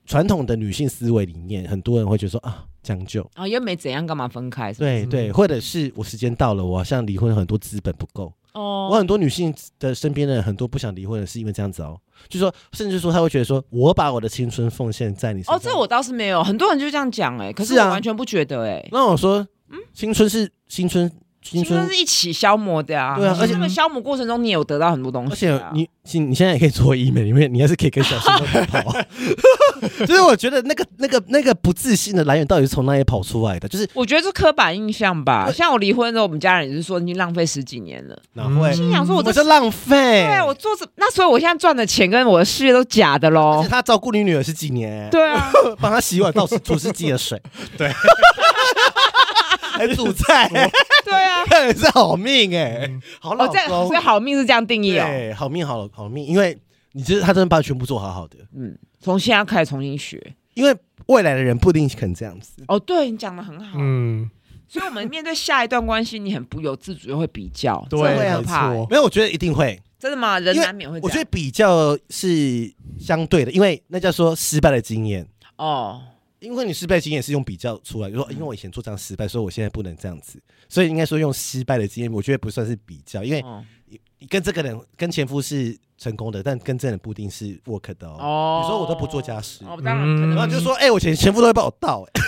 传统的女性思维里面，很多人会觉得说啊将就，
然后哦又没怎样，干嘛分开？是吧
对
嗯
对，或者是我时间到了，我好像离婚很多资本不够，我
哦，
很多女性的身边的人很多不想离婚的是因为这样子哦，就说甚至说她会觉得说我把我的青春奉献在你身上，
哦，这我倒是没有，很多人就这样讲哎，可是
是啊
我完全不觉得哎，
那我说，青春是青春，青
青春
春，
是一起消磨的啊，
对啊而且
这个消磨过程中你也有得到很多东
而
西
且
啊，
你其你现在也可以做医美，因为你要是可以跟小新都跑，就是我觉得那个那个那个不自信的来源到底是从哪里跑出来的？就是
我觉得是刻板印象吧，
对
像我离婚之后，我们家人也是说你浪费十几年了。
哪会？
嗯心想说我
我
这
是浪费，
对啊，我做什那所以我现在赚的钱跟我的事业都假的
而
喽
哦且。他照顾你女儿是几年？
对啊，
帮她洗碗、倒是厨师机的水，
对，
还煮 菜，
对啊，
看你是好命哎，好老
哦，这样
公
所以，好命是这样定义哦。
对，好命好好命，因为你就是他真的把全部做好好的，
嗯，从现在开始重新学。
因为未来的人不一定肯这样子。
哦，对你讲的很好。
嗯，
所以，我们面对下一段关系，你很不由自主就会比较，
对
这很
对啊
可怕
没
欸。
错
没有，我觉得一定会，
真的吗？人难免会这
我觉得
样。
比较是相对的，因为那叫说失败的经验。
哦，
因为你失败的经验是用比较出来，就说因为我以前做这样失败，所以我现在不能这样子，所以应该说用失败的经验，我觉得不算是比较，因为
哦
你跟这个人跟前夫是成功的，但跟这个人不一定是 work 的哦。
哦
你说我都不做家事
哦，当然可
嗯
然后
能
就说，哎、我前前夫都会帮我倒、哎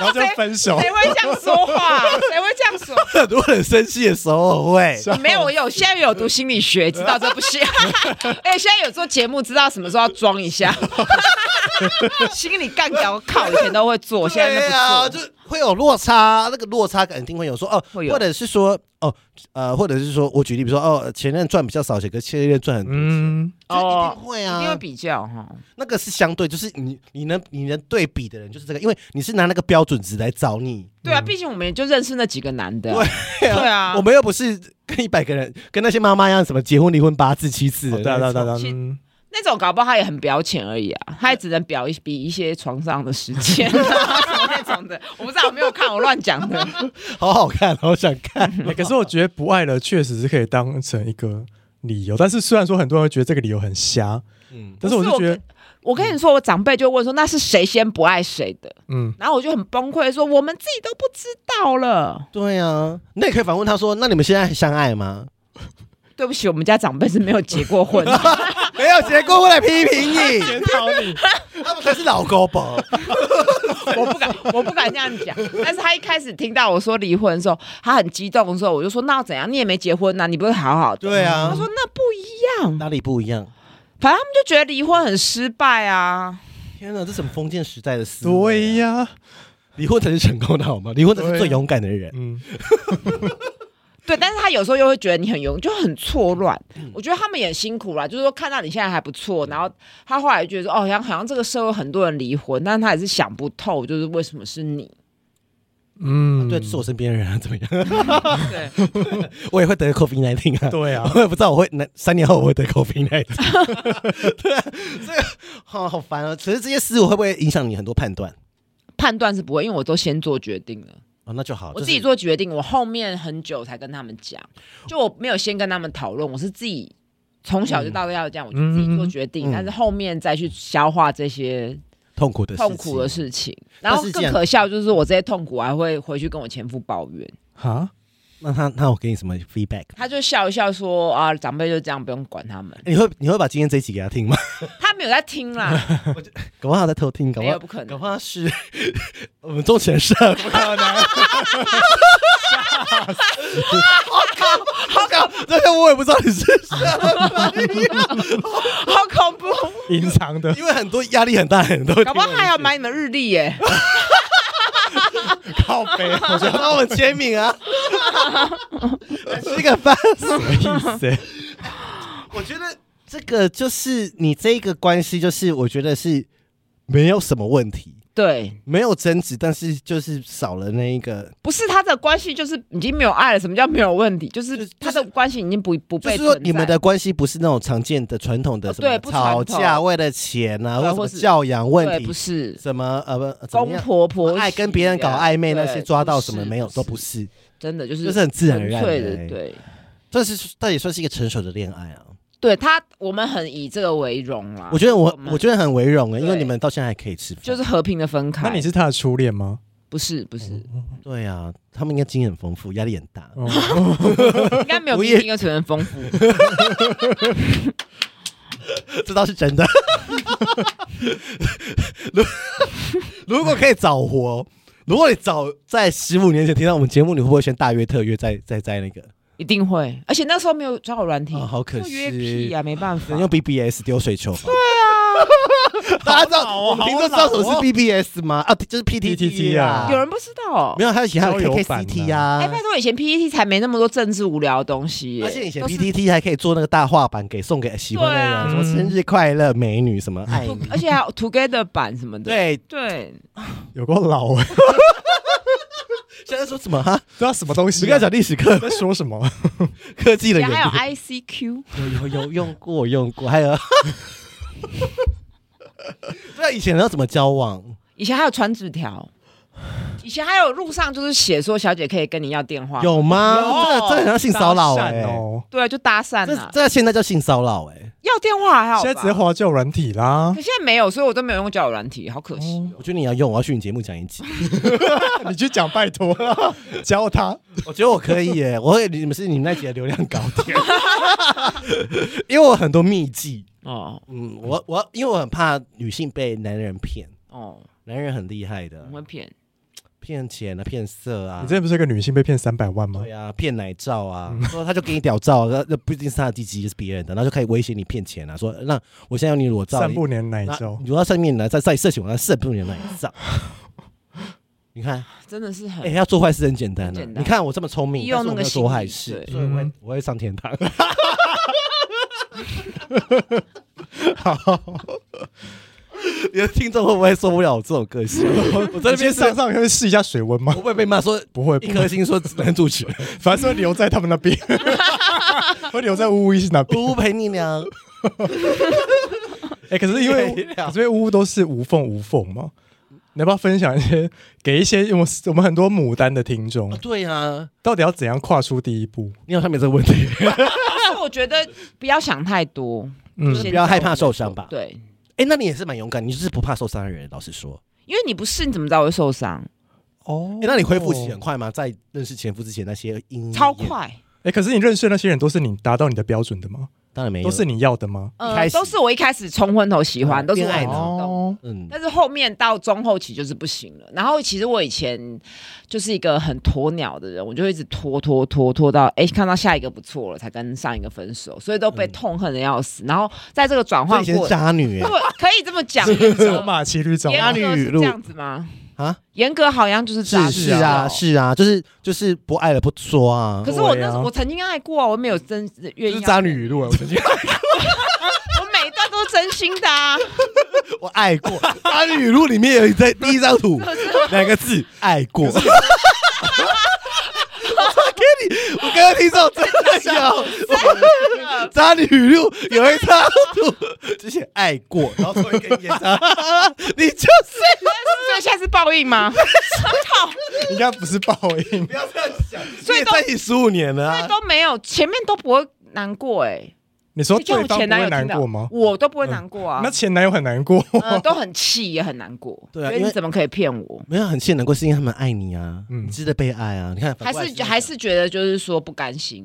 然后就分手
谁，会这样说 话？谁会这样说？
哎 很多人生气的时候会，
没有，我有现在有读心理学，知道这 不行。哎，现在有做节目，知道什么时候要装一 下。心理干掉，我靠，以前都会做，现在
对啊，
都不
就
做。
会有落差，那个落差肯定会有说哦，
会有
或者是说哦，呃，或者是说我举例，比如说哦，前任赚比较少钱，可是现任赚很多，
嗯，
就一定会
一定会
啊，
比较哈。
那个是相对，就是你你能你能对比的人就是这个，因为你是拿那个标准值来找你，
对啊，毕竟我们也就认识那几个男的啊。
对
对啊
我们又不是跟一百个人，跟那些妈妈一样，什么结婚离婚八次七次的
哦
对
那
啊
种，
对啊对啊
其
对啊，嗯
那种搞不好他也很表浅而已啊，他也只能表一比一些床上的时间啊 什么那种的，我不知道，我没有看，我乱讲的。
好好看，好想看，
欸可是我觉得不爱了确实是可以当成一个理由。但是虽然说很多人会觉得这个理由很瞎，
嗯，
但是我
不是
就觉
我
得
跟，我跟你说，我长辈就问说那是谁先不爱谁的，
嗯，
然后我就很崩溃说我们自己都不知道了。
对啊，那也可以反问他说：“那你们现在还相爱吗
对不起，我们家长辈是没有结过婚的，？”
没有结过婚来批评你，
检讨你，
他们才是老狗宝。
我不敢，我不敢这样讲。但是他一开始听到我说离婚的时候，他很激动的时候，我就说那要怎样？你也没结婚啊呐、你不是好好的？
对啊
他，说那不一样，
哪里不一样？
反正他们就觉得离婚很失败啊。
天哪，这什么封建时代的思维、啊
对呀，
离婚才是成功的好吗？离婚才是最勇敢的人。
嗯，
对，但是他有时候又会觉得你很勇，就很错乱。我觉得他们也辛苦啦，就是说看到你现在还不错，然后他后来就觉得说，哦，好像好像这个社会很多人离婚，但是他也是想不透，就是为什么是你？
嗯，
对，是我身边的人啊，怎么样？
对，
我也会得 COVID 1 9啊。
对啊，
我也不知道我会那三年后我会得 COVID 1 9 对啊，这个好好烦啊！可是这些思路会不会影响你很多判断？
判断是不会，因为我都先做决定了。
哦，那就好。
我自己
就是
做决定，我后面很久才跟他们讲，就我没有先跟他们讨论，我是自己从小就到大要这样，我就自己做决定，
嗯
但是后面再去消化这些
痛苦的事情
痛苦的事情。
但
然
是
后
既
更
然
可笑就是我这些痛苦还会回去跟我前夫抱怨，
啊，
那他那我给你什么 feedback？
他就笑一笑说啊，长辈就这样，不用管他们。
你会你会把今天这一集给他听吗？
他没有在听啦，
搞不好他在偷听，搞
没
不好
有不可
搞
能。
不好他是 我们中前社，不可能。 好搞，这个我也不知道你是什么，
好恐怖！
隐藏的，
因为很多压力很大，很多。
搞不好还要买你们日历耶、
靠背，
我觉得帮我们签名啊，吃个饭。
意思欸？
我觉得这个就是你这个关系，就是我觉得是没有什么问题，
对，
没有争执，但是就是少了那一个，
不是他的关系就是已经没有爱了。什么叫没有问题？就是
就是
他的关系已经不不
就
被
是说
存在
你们的关系不是那种常见的传统的
哦
什么
对不
吵
传统
架为了钱啊，
对
或
或
者
是
教养
对
问题，
不是
什么呃不怎么
公
样。
婆婆媳啊
爱跟别人搞暧昧那些
对
抓到
不
什么
是
没有
不
都不
是，
是，
真的就是
就是很自然而然
纯粹
的欸
的，对
这是但也算是一个成熟的恋爱啊。
对。他我们很以这个为荣啦，
我觉得我
们
我觉得很为荣哎，因为
啊对
你们到现在还可以吃饭，
就是和平的分开。
那你是他的初恋吗？
不是不是，
对啊，他们应该经验很丰富，压力很大。
哦，
应该没有
我
比
也
另一个成员 丰富。
这倒是真的。 如如果可以早活，如果你早在十五年前听到我们节目，你会不会选大约特约再再再那个？
一定会，而且那时候没有交友软体，
啊好可
做约
惜
屁呀、没办
只
法
能。用 BBS 丢水球吧。对啊，大家知道、我们听众知道什么是 BBS 吗？啊，就是 PTT 啊。
有人不知道哦
没。有？还有其他的
交友版
KKCT 呀
哎，。拜托，以前 PPT 才没那么多政治无聊的东西耶，
而且以前
都是
PTT 还可以做那个大画板给送给喜欢的人，
对啊
什么生日快乐美女什么爱
图
你。
而且还有 Together 版什么的。
对，
对，
有够老哎，
现在说什么？哈，
不知道什么东
你
西啊，
刚才讲历史课，
在说什么？
科技的
然
原
后
理。
还有 ICQ，
有有有用过用过，还有，对啊，以前要怎么交往？
以前还有传纸条，以前还有路上就是写说小姐可以跟你要电话，
有吗？这
有
这很像性骚扰
搭
哎
讪，哦，
对，就搭讪
这
啊，
这现在叫性骚扰哎，
要电话还好吧，
现在直接滑叫软体啦
可，现在没有，所以我都没有用交友软体，好可惜。
我觉得你要用，我要去你节目讲一集，
你去讲拜托，教他
我觉得我可以耶，我会你们是你们那集的流量高点， 因为我很多秘技，
哦
嗯，我我因为我很怕女性被男人骗，
哦，
男人很厉害的
很，会骗，
骗钱啊，骗色啊
你嗯之。前不是有一个女性被骗三百万吗
对？啊，骗奶照啊，说他就给你屌照，啊那那不一定是他的鸡鸡，是别人的，然后就开始威胁你骗钱啊，说那我现在要你裸照，
散步年奶
那
照，
你如果要上面来再再色情，我要射不你的奶 照。你看，
真的是 很
哎、要做坏事很简单
很
啊！
简单
你看我这么聪明，
利
但
用
是我没
那个
有做
心理
坏事，
对
所以我会
嗯
我会上天堂。
好，
你的听众会不会受不了我这种个性？我 在那边
先
上
上，上会试一下水温吗
我？会被骂说
不会，不
一
会
颗，星说男主 角，
反正会留在他们 那边，会留在乌乌一那边。
呜呜陪你聊。
哎、可是因为
陪你聊
可是因为乌乌都是无缝无缝嘛，你要不要分享一些给一些我我们很多牡丹的听众
啊，对啊，
到底要怎样跨出第一步？
你好像没这个问题。
但是我觉得不要想太多，
嗯
先
不要害怕受伤吧
对，
哎，那你也是蛮勇敢，你就是不怕受伤的人。老实说，
因为你不是，你怎么知道会受伤？
哦
哎，那你恢复期很快吗？在认识前夫之前，那些阴影
超，快，
哎，可是你认识的那些人都是你达到你的标准的吗？
当然没有，
都是你要的吗？
开
呃，
始
都是我一开始冲昏头喜欢，
嗯
都是我
恋爱
主
脑
动。
哦，
嗯，
但是后面到中后期就是不行了。然后其实我以前就是一个很鸵鸟的人，我就一直拖拖拖拖到哎、诶看到下一个不错了，才跟上一个分手，所以都被痛恨的要死。然后在这个
嗯
转
所以
换
以前
过
是，渣女哎
对可以这么讲，
走 马骑驴找
严
马，
格是这样子吗？
啊，
严格好像就是渣
是是啊
哦
是啊，就是就是不爱了不说啊
可，是我那时
对啊
候我曾经爱过啊，我没有真的愿
就
意
是
要。
渣女语录哎，我曾经
我每一段都是真心的啊。
我爱过， 渣女语录里面有一在第一张图两个字 爱过。我给你，我刚刚听到真的有， 渣女语录有一张 图，之前爱过，然后抽一根烟 渣， 你就是
所以现在是报应吗？
应该不是报应
不。要这样想，
所
你
以
也
都
在一起十五年了啊，
都没有，前面都不会难过哎、
你说
你看
对
我
方
前
不
男
会
友
难
听到
过吗？
我都不会难过
嗯
啊
那，前男友很难过。
呃，都很气也很难过。
对啊
觉得
因为
你怎么可以骗我？
没有啊很气难过，是因为他们爱你啊，
嗯
你值得被爱啊。你看，
还
反过来
是
想
还是觉得就是说不甘心，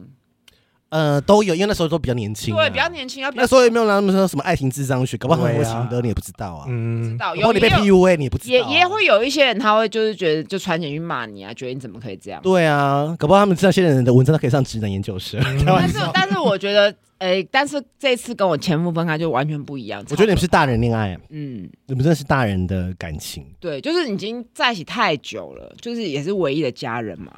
呃都有，因为那时候都比较年轻啊，
对，比较年轻， 要比较
那时候也没有那么说什么爱情至上学，搞不好
对啊
我行得你也不知道啊，
嗯
知，道，
搞不好
有
你被
也有
PUA 你也不知
也
道啊，
也会有一些人他会就是觉得就传简讯骂你啊，觉得你怎么可以这样？
对啊，搞不好他们这些人的文章都可以上职能研究生。 开玩
但是
笑，
但是我觉得，诶，但是这次跟我前夫分开就完全不一样。
我觉得你们是大人恋爱，
嗯，
你们真的是大人的感情。
对，就是已经在一起太久了，就是也是唯一的家人嘛。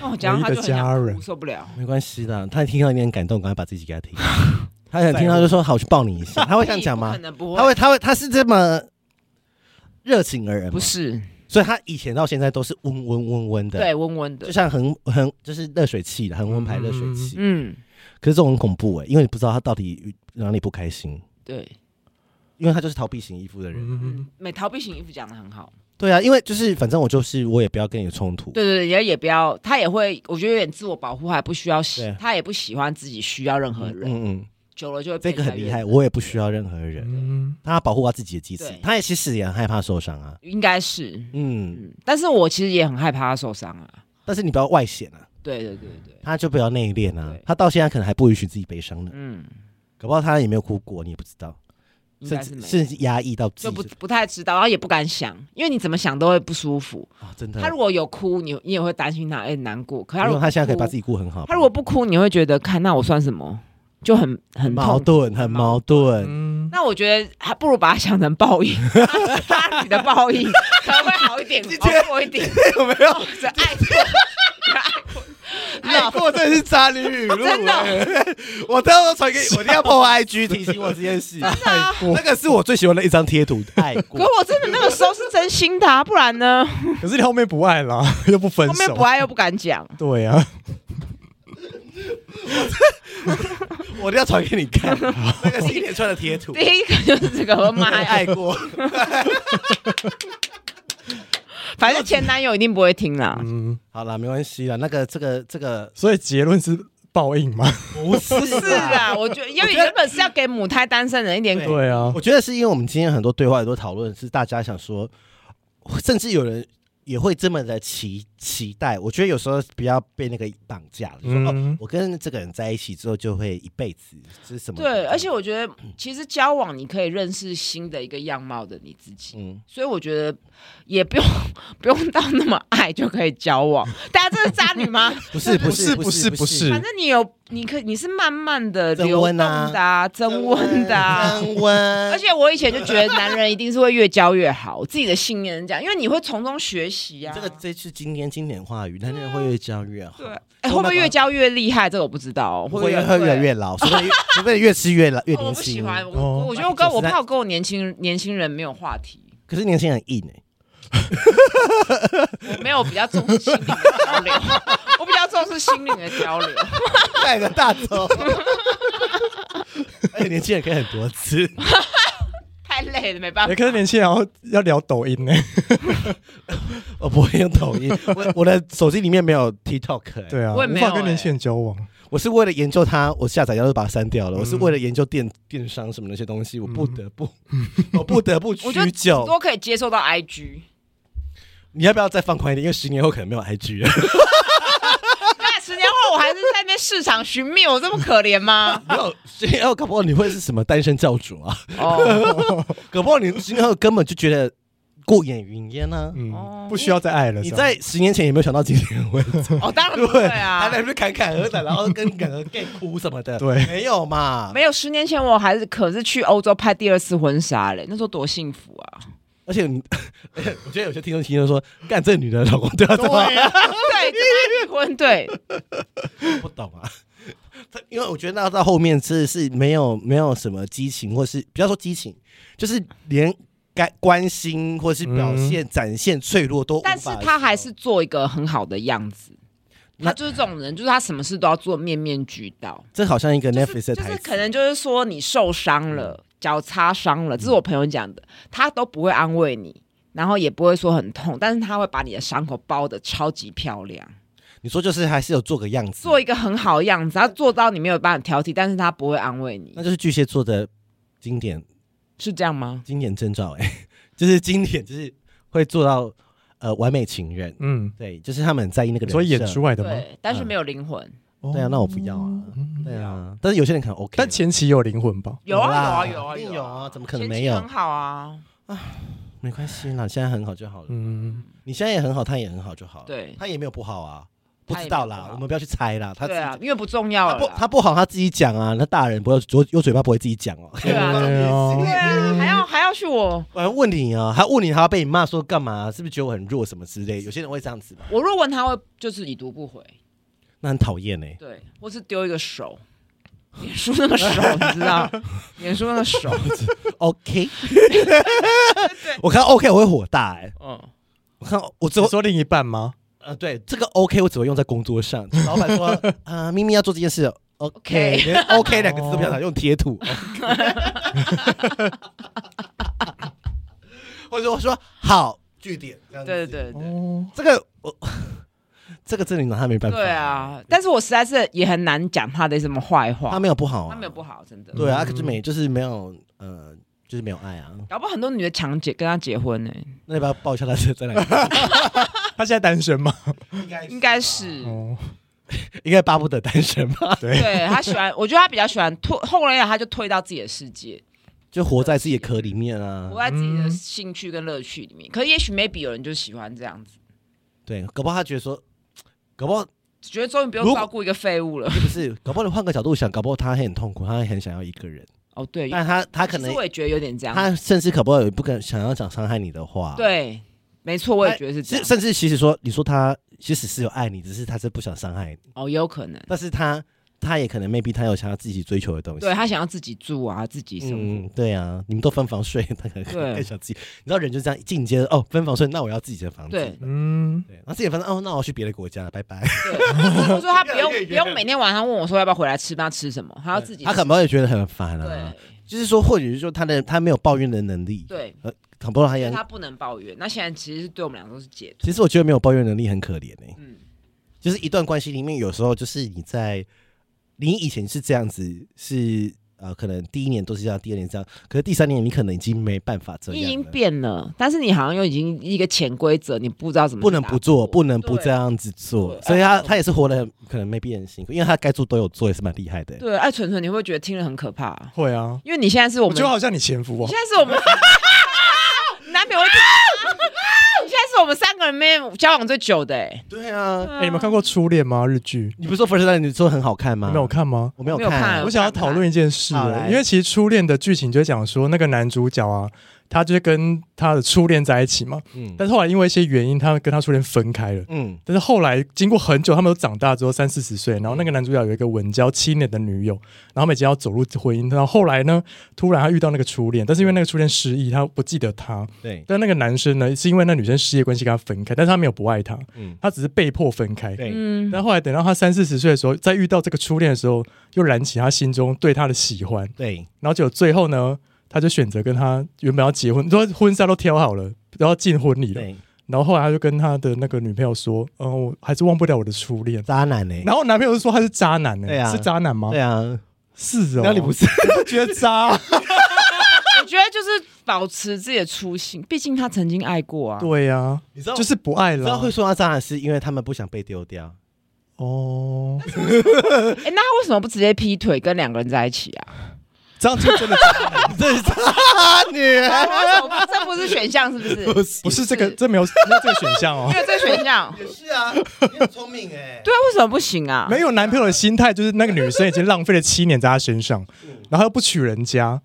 那我讲到他
唯
就很
一的家
想
人
哭，受不了。
没关系的，他听到有点感动，赶快把自己给他听。 他想听到就说好，我去抱你一下。他会这样讲
不
吗
可？能 不会，
他会，他会，他是这么热情的人吗，
不是，
所以他以前到现在都是温温温温的，
对，温温
就
的，
像恒恒就是热水器的恒温牌热水器。
嗯，
可是这种很恐怖哎、因为你不知道他到底哪里不开心，
对，
因为他就是逃避型依附的人。
嗯
嗯，美逃避型衣服讲的很好，
对啊，因为就是反正我就是我也不要跟你有冲突。
对对对，也也不要，他也会，我觉得有点自我保护，还不需要喜
对，
他也不喜欢自己需要任何人，
嗯嗯，
久了就会
这个
变得
很厉
越
害，我也不需要任何人，
嗯
他保护他自己的机制
对，
他也其实也很害怕受伤啊。
应该是，
嗯，
嗯，但是我其实也很害怕他受伤啊，
但是你不要外显啊，
对对对对，
他就不要内敛啊
对。
他到现在可能还不允许自己悲伤呢，
嗯，
搞不好他也没有哭过，你也不知道，
应
甚
该是
至
没有。
甚至压抑到自
就不
己
不太知道，然后也不敢想，因为你怎么想都会不舒服。
啊，真的
他。如果有哭，你你也会担心他，哎、难过。可他
因
如
为
果
他现在可以把自
己，
己顾很好，
他如果不哭，你会觉得，看那我算什么，就很很
矛
痛。
盾，很矛盾。
嗯，
那我觉得还不如把它想成报应，他你的报应可能会好一点，好过一点。哦
有没有？
这爱过，
哎， 我真的是渣女语录，
真的
哎我 待会 传给我一定要 po IG 提醒我这件事。
啊
哎
太过
那。个是我最喜欢的一张贴 图，爱
可
过。
我真的那个时候是真心的、啊，不然呢？
可是你后面不爱了， 又不分
后面
手
不。爱又不敢 讲。
对啊，
我一定要传给你 看，那个是一连串的贴图
第，一个就是这个，我妈呀，
爱 过。
反正前男友一定不会听啦。
嗯，
好啦，没关系啦，那个这个这个
所以结论是报应吗？
不是
是啊，我觉得因为
觉得
原本是要给母胎单身人一点
对
鼓励，
对啊，
我觉得是因为我们今天很多对话、很多讨论，是大家想说，甚至有人也会这么的期期待。我觉得有时候不要被那个绑架了，就说、
嗯
哦，我跟这个人在一起之后就会一辈子，就是什么？
对，而且我觉得其实交往你可以认识新的一个样貌的你自己，
嗯，
所以我觉得也不用不用到那么爱就可以交往。 大家这是渣 女吗？
不是
不
是
是
不
不
是
是
不
不
是
是
反正你有，你可你是慢慢的
增
流
温
动的、
啊
啊，增温的、啊。
升温，
而且我以前就觉得男人一定是会越教越好，我自己的信念是这样，因为你会从中学习啊。
这个这是今天经典话语，男人会越教越好，
对，哎、会不会越教越厉害？这个我不知道哦，会不
会越会越来越老，除非 除非越吃越老越
哦
年
我不喜
轻。
欢，我、
哦
我觉得我跟我
90
怕我跟我年轻年轻人没有话题，
可是年轻人 很硬哎、
我没有比较重视心灵的交流， 我比较重视心灵的交流。
带着哎大 走。而且年轻人可以很多次，
太累了，没办法。
哎，可是年轻人要要聊抖音呢。
我不会用抖音，我我的手机里面没有 TikTok，、欸、
对啊，
我也
无
没有欸
法跟年轻人交往。
我我是为了研究它，我下载要是把它删掉了。我是为了研究电电商什么那些东西，我不得不，我不得不
我觉得
许
顶
久。
多可以接受到 IG，
你要不要再放宽一点？因为十年后可能没有 IG 了。
那啊十年后我还是在那边市场寻觅，我这么可怜吗？
没有，十年后搞不好你会是什么单身教主啊？
哦。
搞不好你十年后根本就觉得过眼云烟啊。
嗯，不需要再爱了。
你
是吧
在十年前也没有想到今天会走
哦，当然不会
对还在那
啊。
边侃侃而谈，然后跟感个 gay 哭什么的，
对
没有嘛？
没有，十年前我还是可是去欧洲拍第二次婚纱嘞，那时候多幸福啊！
而且你， 而且我觉得有些听众听众说，干这女的老公对她啊这么
啊
好
对，怎么还离婚？对，
不懂啊。 他因为我觉得那到后面是是没有没有什么激情，或是不要说激情，就是连该关心或是表现、展现脆弱都无法
但
的时
是
候。
他还是做一个很好的样子。
那
他就是这种人，就是他什么事都要做面面俱到。
这好像一个
就是
Netflix 的
就
台
是
词，
可能就是说你受伤了，脚擦伤了，这是我朋友讲的，他都不会安慰你，然后也不会说很痛，但是他会把你的伤口包的超级漂亮，
你说就是还是有做个样子，
做一个很好的样子，他做到你没有办法挑剔，但是他不会安慰你
那，就是巨蟹座的经典
是这样吗？
经典征兆、哎， 就是经典，就是会做到呃完美情人，
嗯，
对，就是他们很在意那个人
所以演
设
出来的吗？
对，但是
嗯
没有灵魂，
哦嗯
对啊，那我不要啊，对啊，但是有些人可能 OK，
但前期有灵魂吧？
有啊有
啦
啊有啊
一定有啊，怎么可能
前
没
期
有
很？好啊，
没关系啦，现在很好就好了。
嗯，
你现在也很好，他也很好就好了。
对
他也没有不好啊，不
他也
知道
没有不
啦，
好
我们不要去猜啦。他自
对
己
啊，因为不重要
他
了
不
啦，
他不好，他自己讲啊。那大人不要有有嘴巴不会自己讲哦。
对啊
对哦
对啊，还要还要去我。
我还问你啊，还问你，还要被你骂说干嘛？是不是觉得我很弱什么之 类？有些人会这样子嘛，
我若问他会就是已读不回，
那很讨厌哎。
对，或是丢一个手，脸书那个手，你知道，脸书那个手，
OK，我看 OK 我会火大哎。
嗯，
我看我只
你
会
说另一半吗？
呃对这个 OK 我只会用在工作上。老板 说啊，咪咪要做这件事。OK，
OK
连 OK 两个字都不想打，用贴图。 或者我说好据点，这样子
对对对。
哦，
这个我这个真的拿他没办法，
对，啊，但是我实在是也很难讲他的什么坏
他
话，
没有不好、啊，
他没有不好，真的。
对啊，
嗯
可是没就是没有呃，就是没有爱啊。
搞不好很多女的强姐跟他结婚呢、
那要不要报一下他在在哪里？
他现在单身吗？
应 该
应该是。
哦，
应该巴不得单身吧，
对，
对他喜欢，我觉得他比较喜欢退，后来他就退到自己的世界，
就活在自己的壳里面啊
活。在自己的
嗯
兴趣跟乐趣里面。可是也许 maybe 有人就喜欢这样子，
对，搞不好他觉得说，搞不好
觉得终于不用
如果
照顾一个废物了。
也不是，搞不好你换个角度想，搞不好他很痛苦，他很想要一个人，
哦，对，
但他他可
其
能
实我也觉得有点这样子。
他甚至搞不好也不敢想要想伤害你的话，，
对，没错，我也觉得是这
甚
样。
甚至其实说，你说他其实是有爱你，只是他是不想伤害你。
哦，有可能，
但是他他也可能 maybe 他有想要自己追求的东西。
对他想要自己住啊，自己生
嗯，对啊，你们都分房睡，他可能
对
更想自己。你知道人就这样进阶哦，分房睡，那我要自己的房子。
对
嗯，
对，那自己的房子哦，那我要去别的国家了，拜拜。
活。 对，我说他不用不用每天晚上问我说要不要回来吃饭吃什么，他要自己
他可能会觉得很烦啊
对。
就是说，或许是说他的他没有抱怨的能力，，
对，
很多他
所
也
以。他不能抱怨。那现在其实是对我们俩都是解脱。
其实我觉得没有抱怨能力很可怜哎、
嗯，
就是一段关系里面，有时候就是你在你以前是这样子，是呃，可能第一年都是这样，第二年这样，可是第三年你可能已经没办法这
你
样
已
了，
经变了，但是你好像又已经一个潜规则，你不知道怎么
不能不做，不能不
对
这样子做
对，
所以他
哎
他也是活得很可能没别人辛苦，因为他该做都有做，也是蛮厉害的。
对，哎，纯纯，你会觉得听了很可怕、
会啊，
因为你现在是我
我
们，
觉得
你
好像你前夫哦
现。在是 我们，难免会听。你现在是我们三个人里面交往最久的、哎
对啊，
哎，你们看过《初恋》吗？日剧，
你不是说 First Love 你说很好看
你
吗？
们有，看吗？
我没有
没有看
看
我。想要讨论一件事
嗯
欸
好，来
因为其实初恋的剧情就讲说，那个男主角啊，他就是跟他的初恋在一起嘛，
嗯
但是后来因为一些原因，他跟他初恋分开了。
嗯，
但是后来经过很久，他们都长大之后三四十岁，然后那个男主角有一个稳交七年的女友，然后他们已经要走入婚姻，然后后来呢，突然他遇到那个初恋，但是因为那个初恋失忆，他不记得他，
对，
但那个男生呢，是因为那女生失业关系跟他分开，但是他没有不爱她，
嗯
他只是被迫分开。
对，
嗯，
但后来等到他三四十岁的时候，再遇到这个初恋的时候，又燃起他心中对他的喜欢，
对，
然后就最后呢，他就选择跟他原本要结婚，都婚纱都挑好了，都要进婚礼了，
对，
然后后来他就跟他的那个女朋友说，嗯、我还是忘不了我的初恋。
渣男呢、 欸？
然后男朋友就说嗯他是渣男呢、
对啊
是渣男吗？
对 啊，
是哦，
那你不
是
是？
觉得渣、
我觉得就是保持自己的初心，毕竟他曾经爱过啊。
对呀、
你知道
就是不爱
你知道
了
会。说他渣男是因为他们不想被丢掉。
哦，
哎、那他为什么不直接劈腿跟两个人在一起 啊？
这样就真的
这是渣女，
为什么不这不是选项是不是？
不
因
是
不是这个，这没有没有这个选项 哦。
为这选项，
也是啊，你很聪明哎、
对啊，为什么不行啊？
没有男朋友的心态，就是那个女生已经浪费了七年在他身上，然后又不娶人家，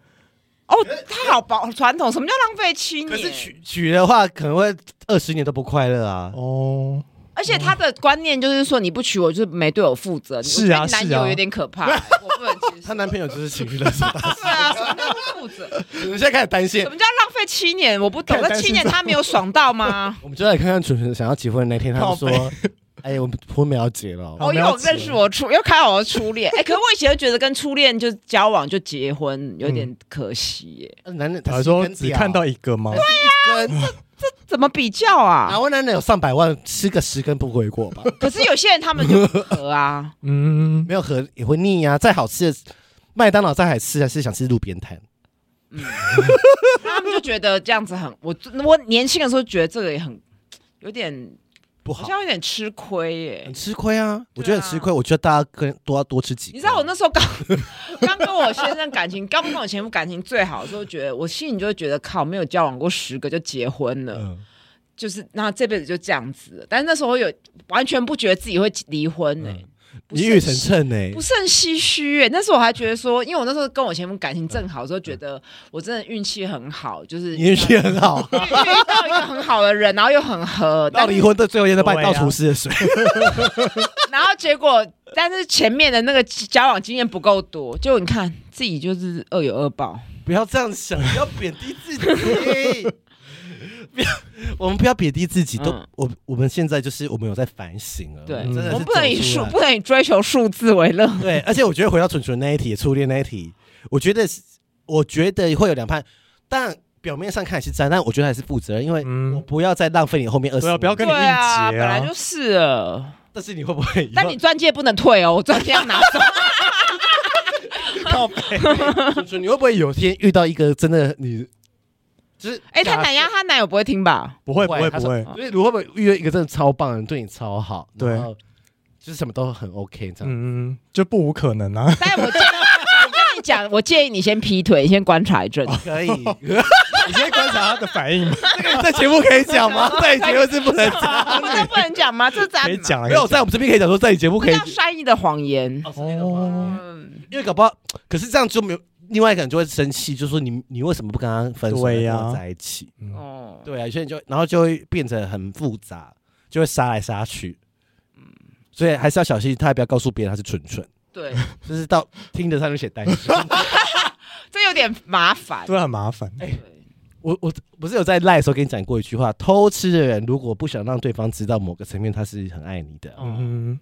哦，他好保传统，什么叫浪费七年？
可是娶娶的话，可能会二十年都不快乐啊。
哦，
而且他的观念就是说，你不娶我就是没对我负责。
是啊
我觉得你
是
男
啊
友有点可怕、欸我不能接受。
她男朋友就是情绪勒索大师，
对啊，什么叫不负责？
我们现在开始担心
什。么叫浪费七年？我不懂，
看
那七年他没有爽到 吗？
我们就来看看纯纯想要结婚的那天，他
靠
们说
背：“
哎、我们婚没有结了哦。
好
哦，因为
了
我
解
认识我初，又看到我的初恋。哎、可是我以前就觉得跟初恋就交往就结婚有点可惜耶，
那男人
他说只看到一个吗？，
一根，
怎么比较啊
哪？位啊男人有上百万吃个十根不为过吧？
可是有些人他们就不合 啊
嗯，
没有和也会腻啊。再好吃的麦当劳再好吃，还是想吃路边摊。
他们就觉得这样子很，我我年轻的时候觉得这个也很有点
不
好
好，
像有点吃亏耶、
很吃亏啊！我觉得很吃亏，我觉得大家跟多要多吃几。
你知道我那时候刚 刚跟我先生感情，刚跟我前夫感情最好的时候，觉得我心里就会觉得靠，没有交往过十个就结婚了，
嗯
就是那这辈子就这样子了。但是那时候有完全不觉得自己会离婚呢、欸不
嗯你
是
与晨晨呢
不？是很唏嘘耶、那时候我还觉得说，因为我那时候跟我前夫感情正好的时候，觉得我真的运气很好，就是
嗯你运气很 好，
遇遇到一个很好的人，然后又很合，
到
但是
离婚的最后一天都把你
对啊
倒厨师的水。
然后结果，但是前面的那个交往经验不够多，就你看自己就是恶有恶报。
啊 不要这样想，不要贬低自己。 不要，我们不要贬低自己，都
嗯
我我们现在就是我们有在反省了，
对，
我们真的是
我们不能以
走出
数
来
不能以追求数字为乐。
对，而且我觉得回到纯纯那一题，初恋那一题，我觉得是我觉得会有两派，但表面上看也是渣，但我觉得还是负责任，因为
嗯
我不要再浪费你后面二十
对啊，
年。
不要跟你
对
硬结
啊，本来就是了。
但是你会不会以后？
但你钻戒不能退哦，我钻戒要拿走。
靠背， 纯纯，你会不会有天遇到一个真的你？就是
哎，他男呀，他男友不会听吧？
不会不
不会
会不
他
会，
所以如果会不会遇到一个真的超棒的人，对你超好，
对
然后就是什么都很 OK 这样。
嗯，就不无可能啊。
但我建议，我跟你讲，我建议你先劈腿，先观察一阵子。
可以，
你先观察他的反 应，
在节目可以讲 吗？在你节目是不能讲，
我们这不能讲吗？这咱
可以讲啊。
没有在我们这边可以讲说，在你节目
不
可以
叫善意的谎言。
哦，
嗯，
因为搞不好，可是这样就没有另外一个人就会生气，就说你你为什么不跟他分手，
对呀
跟我在一起？
哦，
对啊，有些人就然后就会变成很复杂，就会杀来杀去。
嗯
所以还是要小心，他也不要告诉别人他是纯纯，
对，
就是到听得上就写单身。
这有点麻烦。
对，很麻烦。
对
我我不是有在赖的时候跟你讲过一句话：偷吃的人如果不想让对方知道某个层面他是很爱你的，
嗯，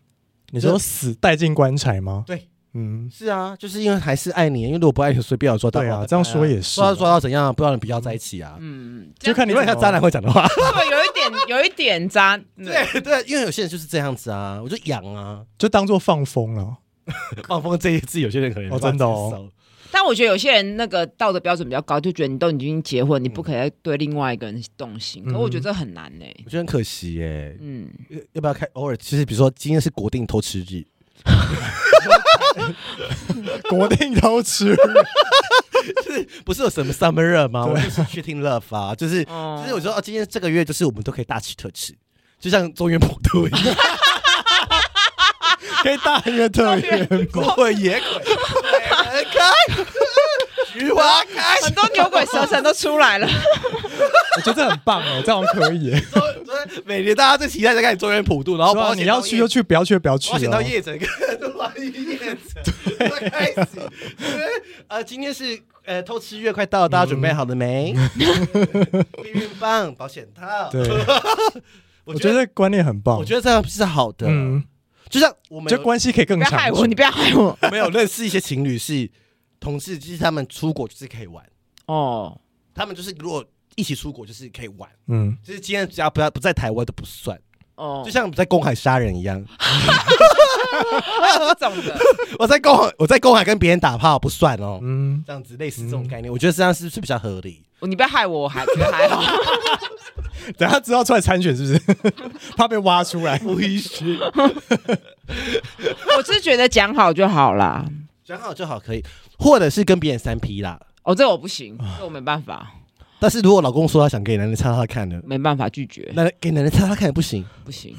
你说死带进棺材吗？
对，
嗯，
是啊，就是因为还是爱你，因为如果不爱你，随便有抓到。
对啊
哦
这样说也
不知
是
道抓到怎样，不然你不要在一起啊。
嗯，
就看你
你问一下
怎么
渣男会讲的 话。
对，有一点，有一点渣。对，
对对，因为有些人就是这样子啊，我就痒啊，
就当做放风了。
放风这一次有些人可能
哦真的哦
无法接受，
但我觉得有些人那个道德标准比较高，就觉得你都已经结婚，你不可以再对另外一个人动心。可我觉得这很难呢、
我觉得很可惜耶，
嗯，
要要不要开偶尔？其实比如说今天是国定偷吃日，
国定偷吃，
不是有什么 summer love 吗？我就是去听 love 啊，就是
哦
就是我说哦，今天这个月就是我们都可以大吃特吃，就像中原普渡一 样，
可以大约特约。
鬼混野鬼，
啊
鬼门开，菊花开。
很多牛鬼蛇神都出来了。
我觉得这很棒哎，这样可以 耶。
每年大家最期待在看中原普渡，然后
对啊
保险
你要
到
去
夜
就去，不要去就不要去
我选到
哦。
叶整个都玩叶整，对，开始。因为呃，今天是呃偷吃月快到了，大家准备好了没？避孕棒、保险套，
嗯 对，
我
我觉得观念很棒。
我觉得这样是好的。
嗯，
就像我们
就关系可以更
不要害
长
我，
久
你。不要害我。
没有认识一些情侣是同事，就是他们出国就是可以玩，
哦，
他们就是如果一起出国就是可以玩，
嗯，
就是今天只要不要不在台湾都不算，
哦
就，像在公海杀人一样，
这种的，
我在公海我在公海跟别人打炮不算哦，
嗯，
这样子类似这种概念，我觉得这样是是比较合理。
哦你不要害我，我还觉得还好。
等下知道出来参选是不是？ 怕被挖出来。
不允许，
我是觉得讲好就好啦。
讲好就好可以，或者是跟别人三 P 啦。
哦，这我不行，这我没办法，
但是如果老公说他想给男人擦擦看的，
没办法拒绝，
那给男人擦擦看也不行，
不行。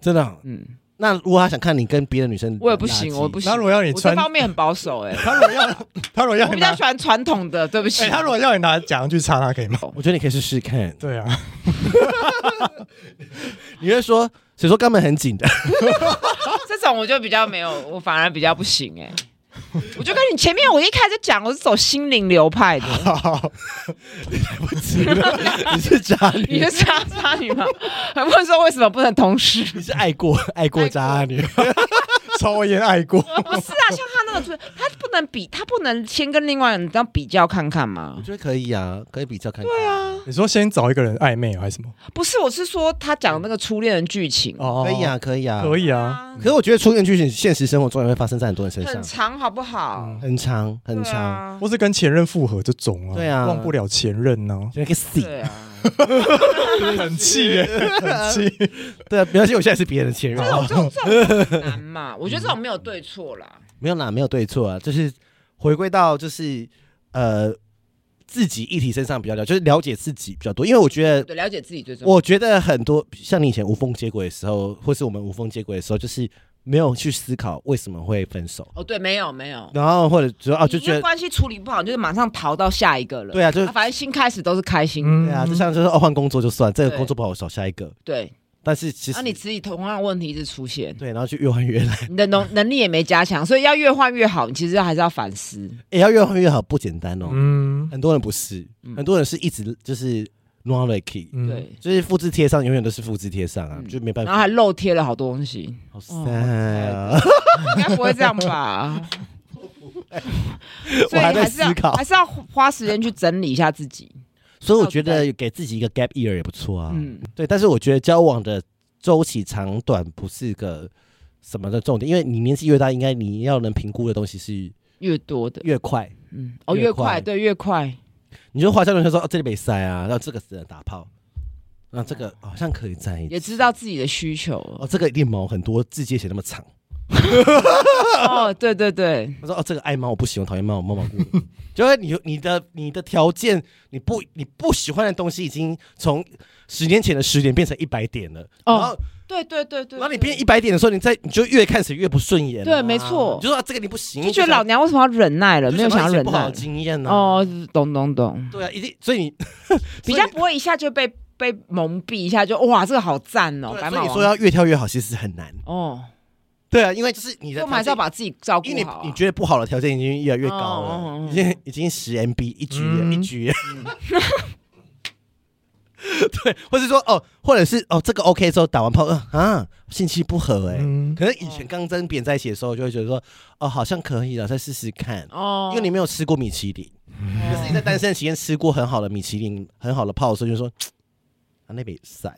真的啊、
嗯，
那如果他想看你跟别的女生，
我也不行，我也不行。
那如果要你
我
穿
这方面很保守，哎，
他如果要，他如果要
我
你
比
拿
较，喜欢传统的，对不起
哎，。他如果要你拿假洋去插他可以吗？
我觉得你可以试试看。
对啊，
你会说谁说肛门很紧的？
这种我就比较没有，我反而比较不行哎、我就跟你前面我一开始讲，我是走心灵流派的，
你是渣
你
女
是，渣渣女吗？还问说为什么不能同时？
你是爱过爱过渣女，
啊抽烟爱过，
不是啊，像他那个，他不能比，他不能先跟另外人这样比较看看吗
我？觉得可以啊，可以比较看看。对啊，
你说先找一个人暧昧还是什么？
不是，我是说他讲那个初恋的剧情，
哦
可以，啊，可以啊，
可
以。
以啊。
啊，
可是我觉得初恋剧情现实生活中也会发生在很多人身
很
上，
长好不好？
很长嗯很
对
长，
啊
或是跟前任复合这种啊，
对啊
忘不了前任呢、
就那个 C，
对啊，
很气耶，很气。
对啊，没关系，我现在是别人的前任
这，种这种这种很难嘛，我觉得这种没有
嗯
对错啦。
没有啦，没有对错啊，就是回归到就是呃自己议题身上比较了，就是了解自己比较多，因为我觉得
对，了解自己最重要。
我觉得很多像你以前无缝接轨的时候，或是我们无缝接轨的时候，就是没有去思考为什么会分手，
哦，对，没有没有，
然后或者主要哦就
你因
觉
为
得
关系处理不好，就是马上逃到下一个了。
对啊，就
啊反正新开始都是开心的。
对
嗯
啊，就像就是哦换工作就算，这个
对
工作不好我找下一个，
对，
但是其
那、
实
你自己同样的问题一直出现，
对，然后就越换越来，
你的能能力也没加强，所以要越换越好，你其实还是要反思。
也欸要越换越好不简单哦，
嗯，
很多人不是，
嗯
很多人是一直就是 n o l e key，
嗯，
对，
就是复制贴上永远都是复制贴上啊，就没办
嗯然后
法，
还哦漏贴了好多东西，
好sad 啊。
应该不会这样 吧？所以
还在
还是要
思考
还是要花时间去整理一下自己。
所以我觉得给自己一个 gap year 也不错啊。
嗯，
对，但是我觉得交往的周期长短不是个什么的重点，因为你年纪越大，应该你要能评估的东西是
越多的，
越快。
嗯，哦，
越
越
快
快，对，越快。
你就花销人就说哦这里没塞啊，然后这个只能打炮，那这个好像可以在一起。
啊也知道自己的 需求了
哦，这个一定毛很多，字节写那么长。
哦，对对对，
他说哦这个爱猫我不喜欢，讨厌猫我猫猫 过敏。就是你你的你的条件，你不你不喜欢的东西已经从十年前的十点变成一百点了。
哦
然后
对对对对，
然后你变一百点的时候，你再你就越看谁越不顺眼啊、
对没错
你就说、啊、这个你不行，
就觉得老娘为什么要忍耐了？没有想要
要
忍
不好
耐
的。经验呢、哦，
哦，懂懂懂，
对啊，一定，所以你
比较不会一下就被被蒙蔽一下就哇，这个好赞哦
对，啊所
白
以
马
你
王
说要越跳越好，其实很难。
哦，
对啊，因为就是你的
我们还是要
条件，
把自己照顾
因为
好啊。
你你觉得不好的条件已经越来越高了，
哦哦哦
已经已经十 MB 一局、
嗯
一 局。 对，或是说哦，或者是哦，这个 OK 之后打完炮，呃啊，性气不合哎、
嗯
可能以前刚跟别人在一起的时候，就会觉得说哦，好像可以了，再试试看。
哦嗯
因为你没有吃过米其林，可是你在单身的期间吃过很好的米其林、很好的泡的时候，就说。嘖啊，那边塞，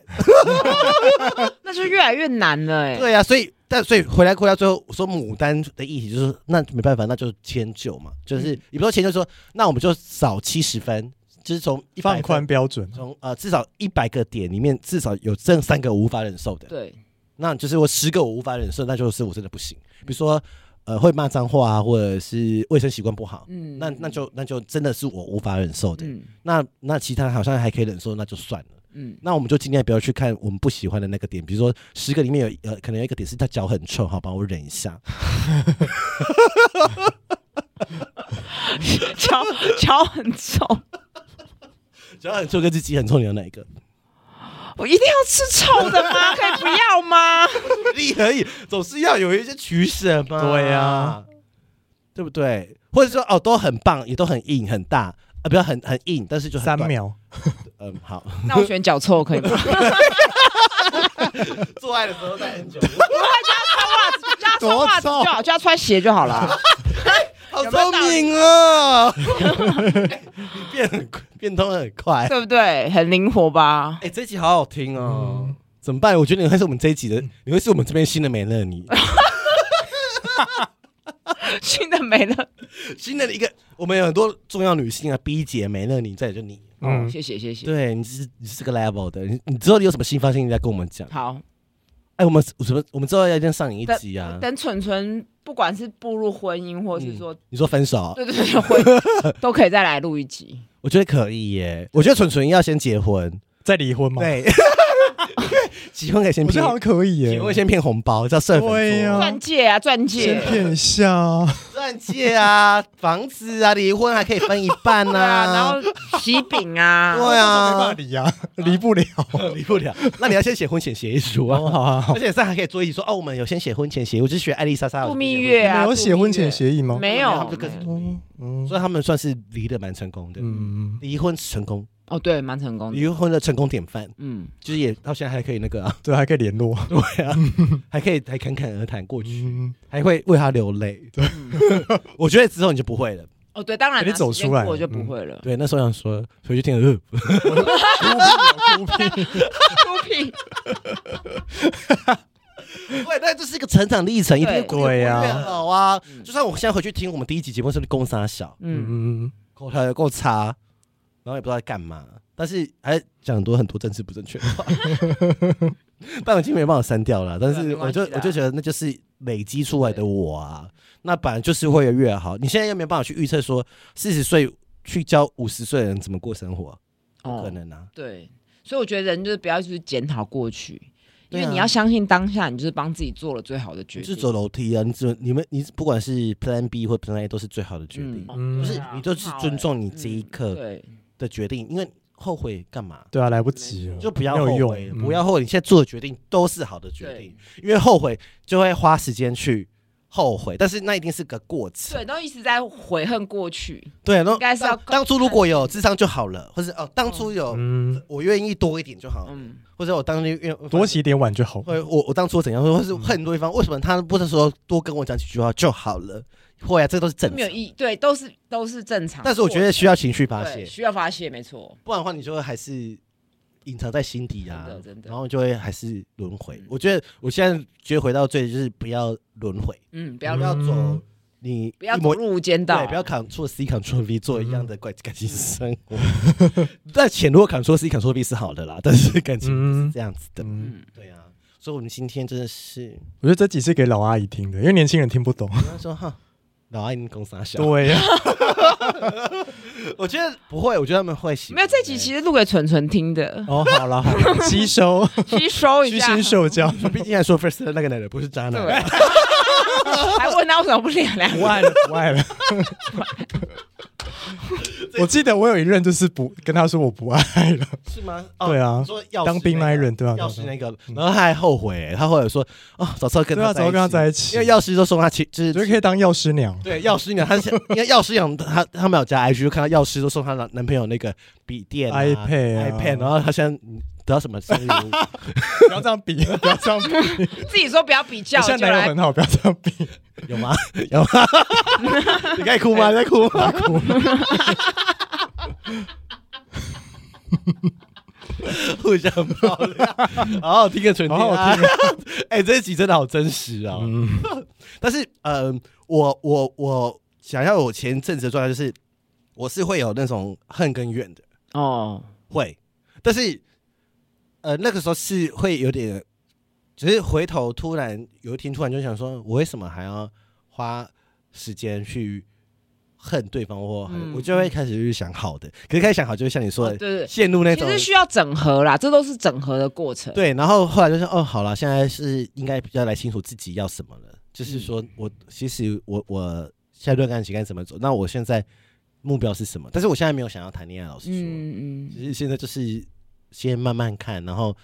那就越来越难了哎。
对啊，所以但所以回来回到最后，我说牡丹的议题就是，那没办法，那就是迁就嘛，就是
嗯
也不是说迁就，说那我们就少七十分，就是从一
放宽，标准，
从呃至少一百个点里面至少有这三个我无法忍受的，
对，
那就是我十个我无法忍受，那就是我真的不行，比如说呃会骂脏话啊，或者是卫生习惯不好，
嗯
那那就那就真的是我无法忍受的，
嗯
那那其他好像还可以忍受，那就算了。
嗯，
那我们就尽量不要去看我们不喜欢的那个点，比如说十个里面有呃，可能有一个点是他脚很臭，好吧，我忍一 下。
脚脚很臭，
脚很臭跟自己很臭，你要哪一个？
我一定要吃臭的吗？可以不要吗？
你可以，总是要有一些取舍嘛。
对呀，
啊对不对？或者说哦，都很棒，也都很硬很大啊，呃不要很很硬，但是就很
三
短。
秒，
嗯，好，
那我选脚臭 可以吗？
做爱的时候戴 很久，
叫他穿袜子，叫他穿袜子就好，叫他穿鞋就好了。
好
有没有
聪
道道理，
命啊！你 变很快变通很快。
对不对？很灵 活吧？
哎、这一集好好听哦。嗯怎么办？我觉得你会是我们这一集的，你会是我们这边新的美乐你，
新的没了，
新的一个。我们有很多重要女性啊，B 姐、美乐你，再也就你。
嗯，
嗯
谢谢谢谢。
对，你是你是这个 level 的，你你之后你有什么新发现，你再跟我们讲。
好，
哎、我们我什么？我们之后要先上你一
等
集啊。嗯
等蠢蠢，不管是步入婚姻，或是说，
你说分手，
对对对，婚 都可以再来录一集。
我觉得可以耶。我觉得纯纯要先结婚，
再离婚吗？
对， 结婚可以先
我觉
骗
得好，像可以耶
结，婚先骗红包，叫社粉
对呀
做
钻戒啊，钻
嗯
戒
先，骗一下啊，
钻戒啊， 房子啊，离婚还可以分一半
对啊，然后喜饼啊，
对
没办法
啊，
离啊，离不了。
离不了。那你要先写婚前协议书
好
啊，
好好好
而，且这还可以追忆说，哦，我们有先写婚前协议，我就是学艾丽莎莎
度蜜月
你
啊，
们有写
度蜜
婚
月
前协议吗？
没
没有他
有
们就，跟
没有
嗯嗯
所以他们算是离得蛮成功的，
嗯，
离婚成功，
哦，对，蛮成功的，
离婚的成功典范，
嗯，
就是也到现在还可以那个啊，
对，还可以联络。
对啊，还可以还侃侃而谈过去。
嗯，
还会为他流泪。对， 我觉得之后你就不会了。
哦，对，当然啦
哎
你走出
时间
来
过就
嗯
不会了，
对，那时候想说，回去听了，呃
孤僻孤僻，
孤
嗯
僻，
对，那这是一个成长历程，一定会
对
过得
对啊
越好啊。就算我现在回去听我们第一集节目，是不是公傻小，
嗯，
嗯，
口条够 差，然后也不知道在干嘛，但是还讲很多很多政治不正确的话。 但我已经没办法删掉了，但
对啊
是
没
我
关系
就
啦
我就觉得那就是累积出来的我啊，那本来就是会越来越好。你现在又没办法去预测说四十岁去教五十岁的人怎么过生活，不可
哦，
能啊。
对，所以我觉得人就是不要去检讨过去。因
对
为
啊
你要相信当下，你就是帮自己做了最好的决
你
定。
是走楼梯啊，你只你们你不管是 Plan B 或 Plan A 都是最好的决定，
嗯
就是
对
你就是尊重你这一
啊欸嗯
刻
对，
的决定，因为后悔干嘛？
对啊，来不及了，
就不要
没有
后
用
悔，
嗯
不要后悔，你现在做的决定都是好的决定，因为后悔就会花时间去后悔，但是那一定是个过程。
对，都一直在悔恨过去。
对，然后
应该是要
当当初如果有智商就好了，或是哦，当初有
嗯，
我愿意多一点就好，
嗯，
或者我当初愿
多嗯洗一点碗就好。
会我我当初怎样，或是恨对方，为什么他不是说多跟我讲几句话就好了？会啊，这都是正常
没有。意义，对，都是都是正常。
但是我觉得需要情绪发泄，
对需要发泄，没错。
不然的话，你就会还是隐藏在心底啊
真的真，的
然后就会还是轮回
嗯。
我觉得我现在觉得回到最就是不要轮回，
嗯，不
不
要
要
不
不
要
要
嗯
走你
不要
一
走
模
入无间道，
对，
嗯
不要 Ctrl C Ctrl V 做一样的怪感情生活。 但钱如果 Ctrl C Ctrl V 是好的啦，但是感情不是
嗯
这样子的。
嗯，
对啊，所以我们今天真的 是
我觉得这集是给老阿姨听的，因为年轻人听不懂。
我要说哈，老爱你公傻小，
对呀，
我觉得不会，我觉得他们会喜欢。欸
没有这集其实录给纯纯 听的，
哦，好了，好啦吸收，
吸收一
虚
下
心。受教。
毕竟还说 first 的那个男人不是渣男
对。， 还问他为什么不聊聊？
不爱了，不爱了。我记得我有一任就是不跟他说我不爱了，
是吗？哦
对啊
你说钥匙
当兵那一轮对啊
钥匙
对啊
那个，然后他还后悔欸，他后来说哦，早知道跟
对啊，
他
早跟他在一起，
因为钥匙都送他去，就
我觉得
是
可以当药师娘。
对药师娘，他是因为药师娘，他他们有加 IG，就看到药师都送她男男朋友那个笔电啊
iPad 啊
iPad，然后他现在嗯得到什么生日礼物？
不要这样比，不要这样比。
自己说不要比较，
我现在
就
男友
来
很好，不要这样比。
有吗？有吗？ 你在哭吗？你在哭吗？哭。 互相爆料，好好听个纯听
好
啊
好！
哎、这一集真的好真实啊、
嗯
但是，嗯、我我我想要我前阵子的状态就是，我是会有那种恨跟怨的，
哦，
会。但是，呃，那个时候是会有点，只是回头突然有一天突然就想说，我为什么还要花时间去恨对方或恨？
嗯
我就会开始去想好的，可是开始想好，就会像你说
哦
的，
对对，
陷入那
其
种
实需要整合啦，这都是整合的过程。
对，然后后来就是哦，好了，现在是应该比较来清楚自己要什么了。就是
嗯
说我其实我我下一段感情该怎么走？那我现在目标是什么？但是我现在没有想要谈恋爱，老实说，
嗯嗯嗯
只是现在就是先慢慢看，然后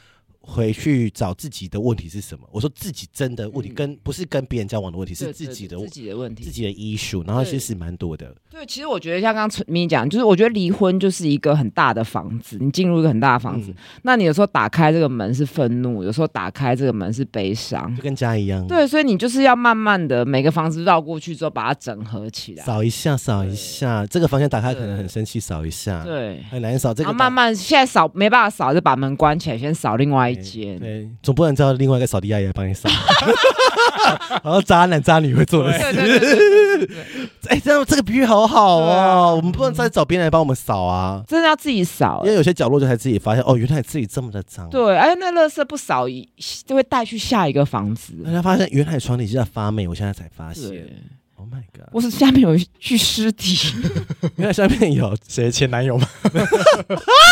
回去找自己的问题是什么。我说自己真的问题
嗯
跟不是跟别人交往的问题，是
对
自
对
己的
自己的问题
自。己的 issue，然后
对
其实蛮多的。
对，其实我觉得像刚刚明讲，就是我觉得离婚就是一个很大的房子，你进入一个很大的房子，
嗯
那你有时候打开这个门是愤怒，有时候打开这个门是悲伤
就，跟家一样，，
对，所以你就是要慢慢的每个房子绕过去之后，把它整合起来，
扫一下，扫一下，这个房间打开可能
对
很生气，扫一下，，
对。
很难扫这个
然后
打，
慢慢，现在扫没办法扫，就把门关起来，先扫另外一间。
对，总不能叫另外一个扫地阿姨来帮你 扫，然后渣男渣女会做的事。
对对对对对对对，
哎，这样这个比喻好好
对啊
哦，我们不能再找别人来帮我们扫啊，
真的要自己扫
因。为有些角落就才自己发现，哦，原来自己这么的脏。
对，而且那垃圾不扫，一就会带去下一个房子。
大家发现原来床底下发霉，我现在才发现。
对，
Oh my god！
我是下面有一具尸体，
原来下面有，
谁前男友吗？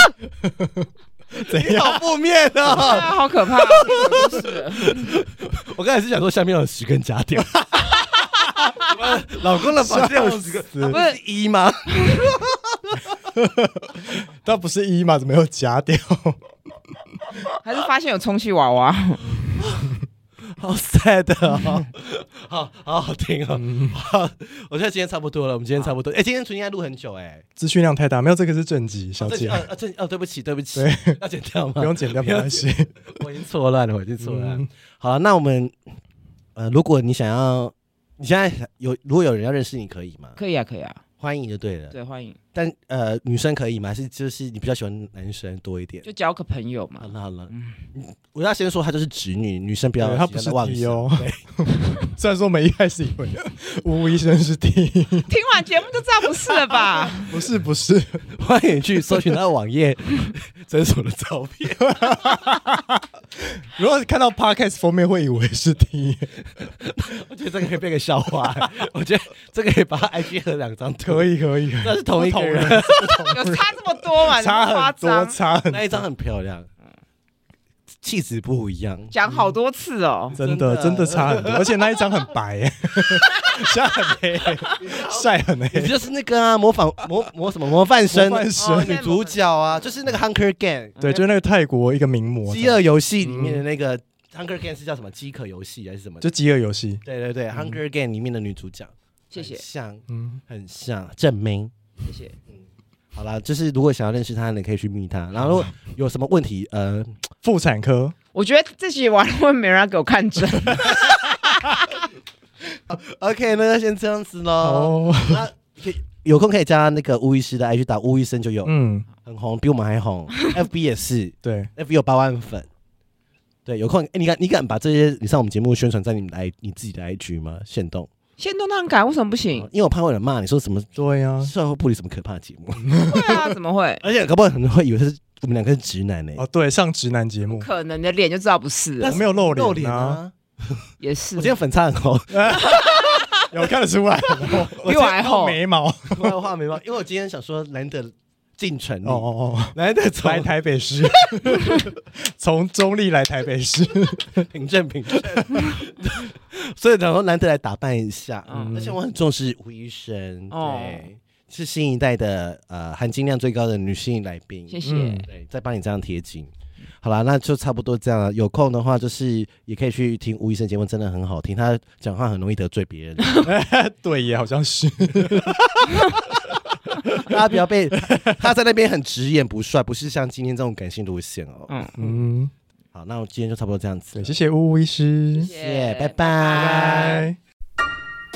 怎样？
好负面
对
啊！
啊，好可怕、啊！这个故事
我刚才是想说下面有十根假屌。老公的房间有十个，
死
不是一吗？
他不是一嘛？怎么有假屌？
还是发现有充气娃娃，
好 sad 哦，好好好听哦。好，我觉得今天差不多了，我们今天差不多。哎，今天应该录很久哎。
资讯量太大，没有这个是正集，小
这
姐，
哦这哦，对不起，对不起，要剪掉吗？
不用剪掉没关系。
我已经错乱了，我已经错乱。了
嗯。
好了，那我们呃，如果你想要，你现在有如果有人要认识你，可以吗？
可以啊，可以啊，
欢迎就对了。
对，欢迎，
但呃，女生可以吗？还是就是你比较喜欢男生多一点？
就交个朋友
好
嘛。
了好了，我要先说她就是直女，女生不要
嗯 对他不是
忘
T
记
哦。 虽然说我们一开始以为 吴医生是 T，
听完节目就知道不是了吧？
不是不是，
欢迎去 搜寻她的网页诊所的照片。
如果看到 Podcast 封面会以为是 T，
我觉得这个可以变个笑话，我 觉得这个可以把她 IG 合两张图，
可以可以，可以
那是同一个人
不同
有差这么多嘛？
差
那么夸
很多，
张，
差很
那一张很漂亮，
嗯
气质不一样。
讲好多次哦。
真的
真
真
的
的差很多，而且那一张很白， 欸晒很黑，晒很黑
你，就是那个啊，模仿 模模什么模范生
模范生嗯
哦女主角啊，就是那个《Hunger Game
对，就是那个泰国一个名》模，嗯
饥饿游戏里面的那个《Hunger Game》是叫什么饥渴游戏还是什么的？
就嗯饥饿游戏，
对对对，《Hunger Game》里面的女主角，
谢谢
很，像
嗯，
很像郑明。嗯
谢谢。
好啦，就是如果想要认识她，你可以去密她。然后如果有什么问题，呃，
妇产科，
我觉得这期完了会没人要给我看诊，
OK，那就先这样子喽。
哦，
那可以有空可以加那个巫医师的 IG，打巫医生就有，
嗯，
很红，比我们还 红。FB 也是。
对，
FB 有八万粉。对，有空哎、你敢你敢把这些你上我们节目宣传在你们的 I 你自己的 IG 吗？限动，
先动弹改为什么不行？
因为我怕会有人骂你说什么
对啊呀，
社会部里什么可怕的节目，
会啊，怎么会？
而且搞不好很多人会以为是我们两个是直男呢、欸
哦，对，上直男节目，
可能你的脸就知道不是
但
了
我，没有露
露
脸
脸
啊，
啊！
也
我
是
今。天粉擦很红，
有看得出来，我
比我还厚
眉毛，哦
我有画眉 毛，因为我今天想说难得进城
哦
哦，
哦，
难得
来
从
台北市，从中立来台北市，
平正平正， 所以想说难得来打扮一下，
嗯
而且我很重视吴医生，
哦
对，是新一代的呃含金量最高的女性来宾，
谢谢。
嗯
对，再帮你这样贴金。好啦，那就差不多这样了。有空的话，就是也可以去听吴医生节目，真的很好听。他讲话很容易得罪别 人，
对耶，好像是，
大家不要被他在那边很直言不帅，不是像今天这种感性路线哦。
嗯，
嗯，
好，那我今天就差不多这样子
对，
了，
谢谢呜呜医师，
谢
谢谢，拜
拜
拜。
拜。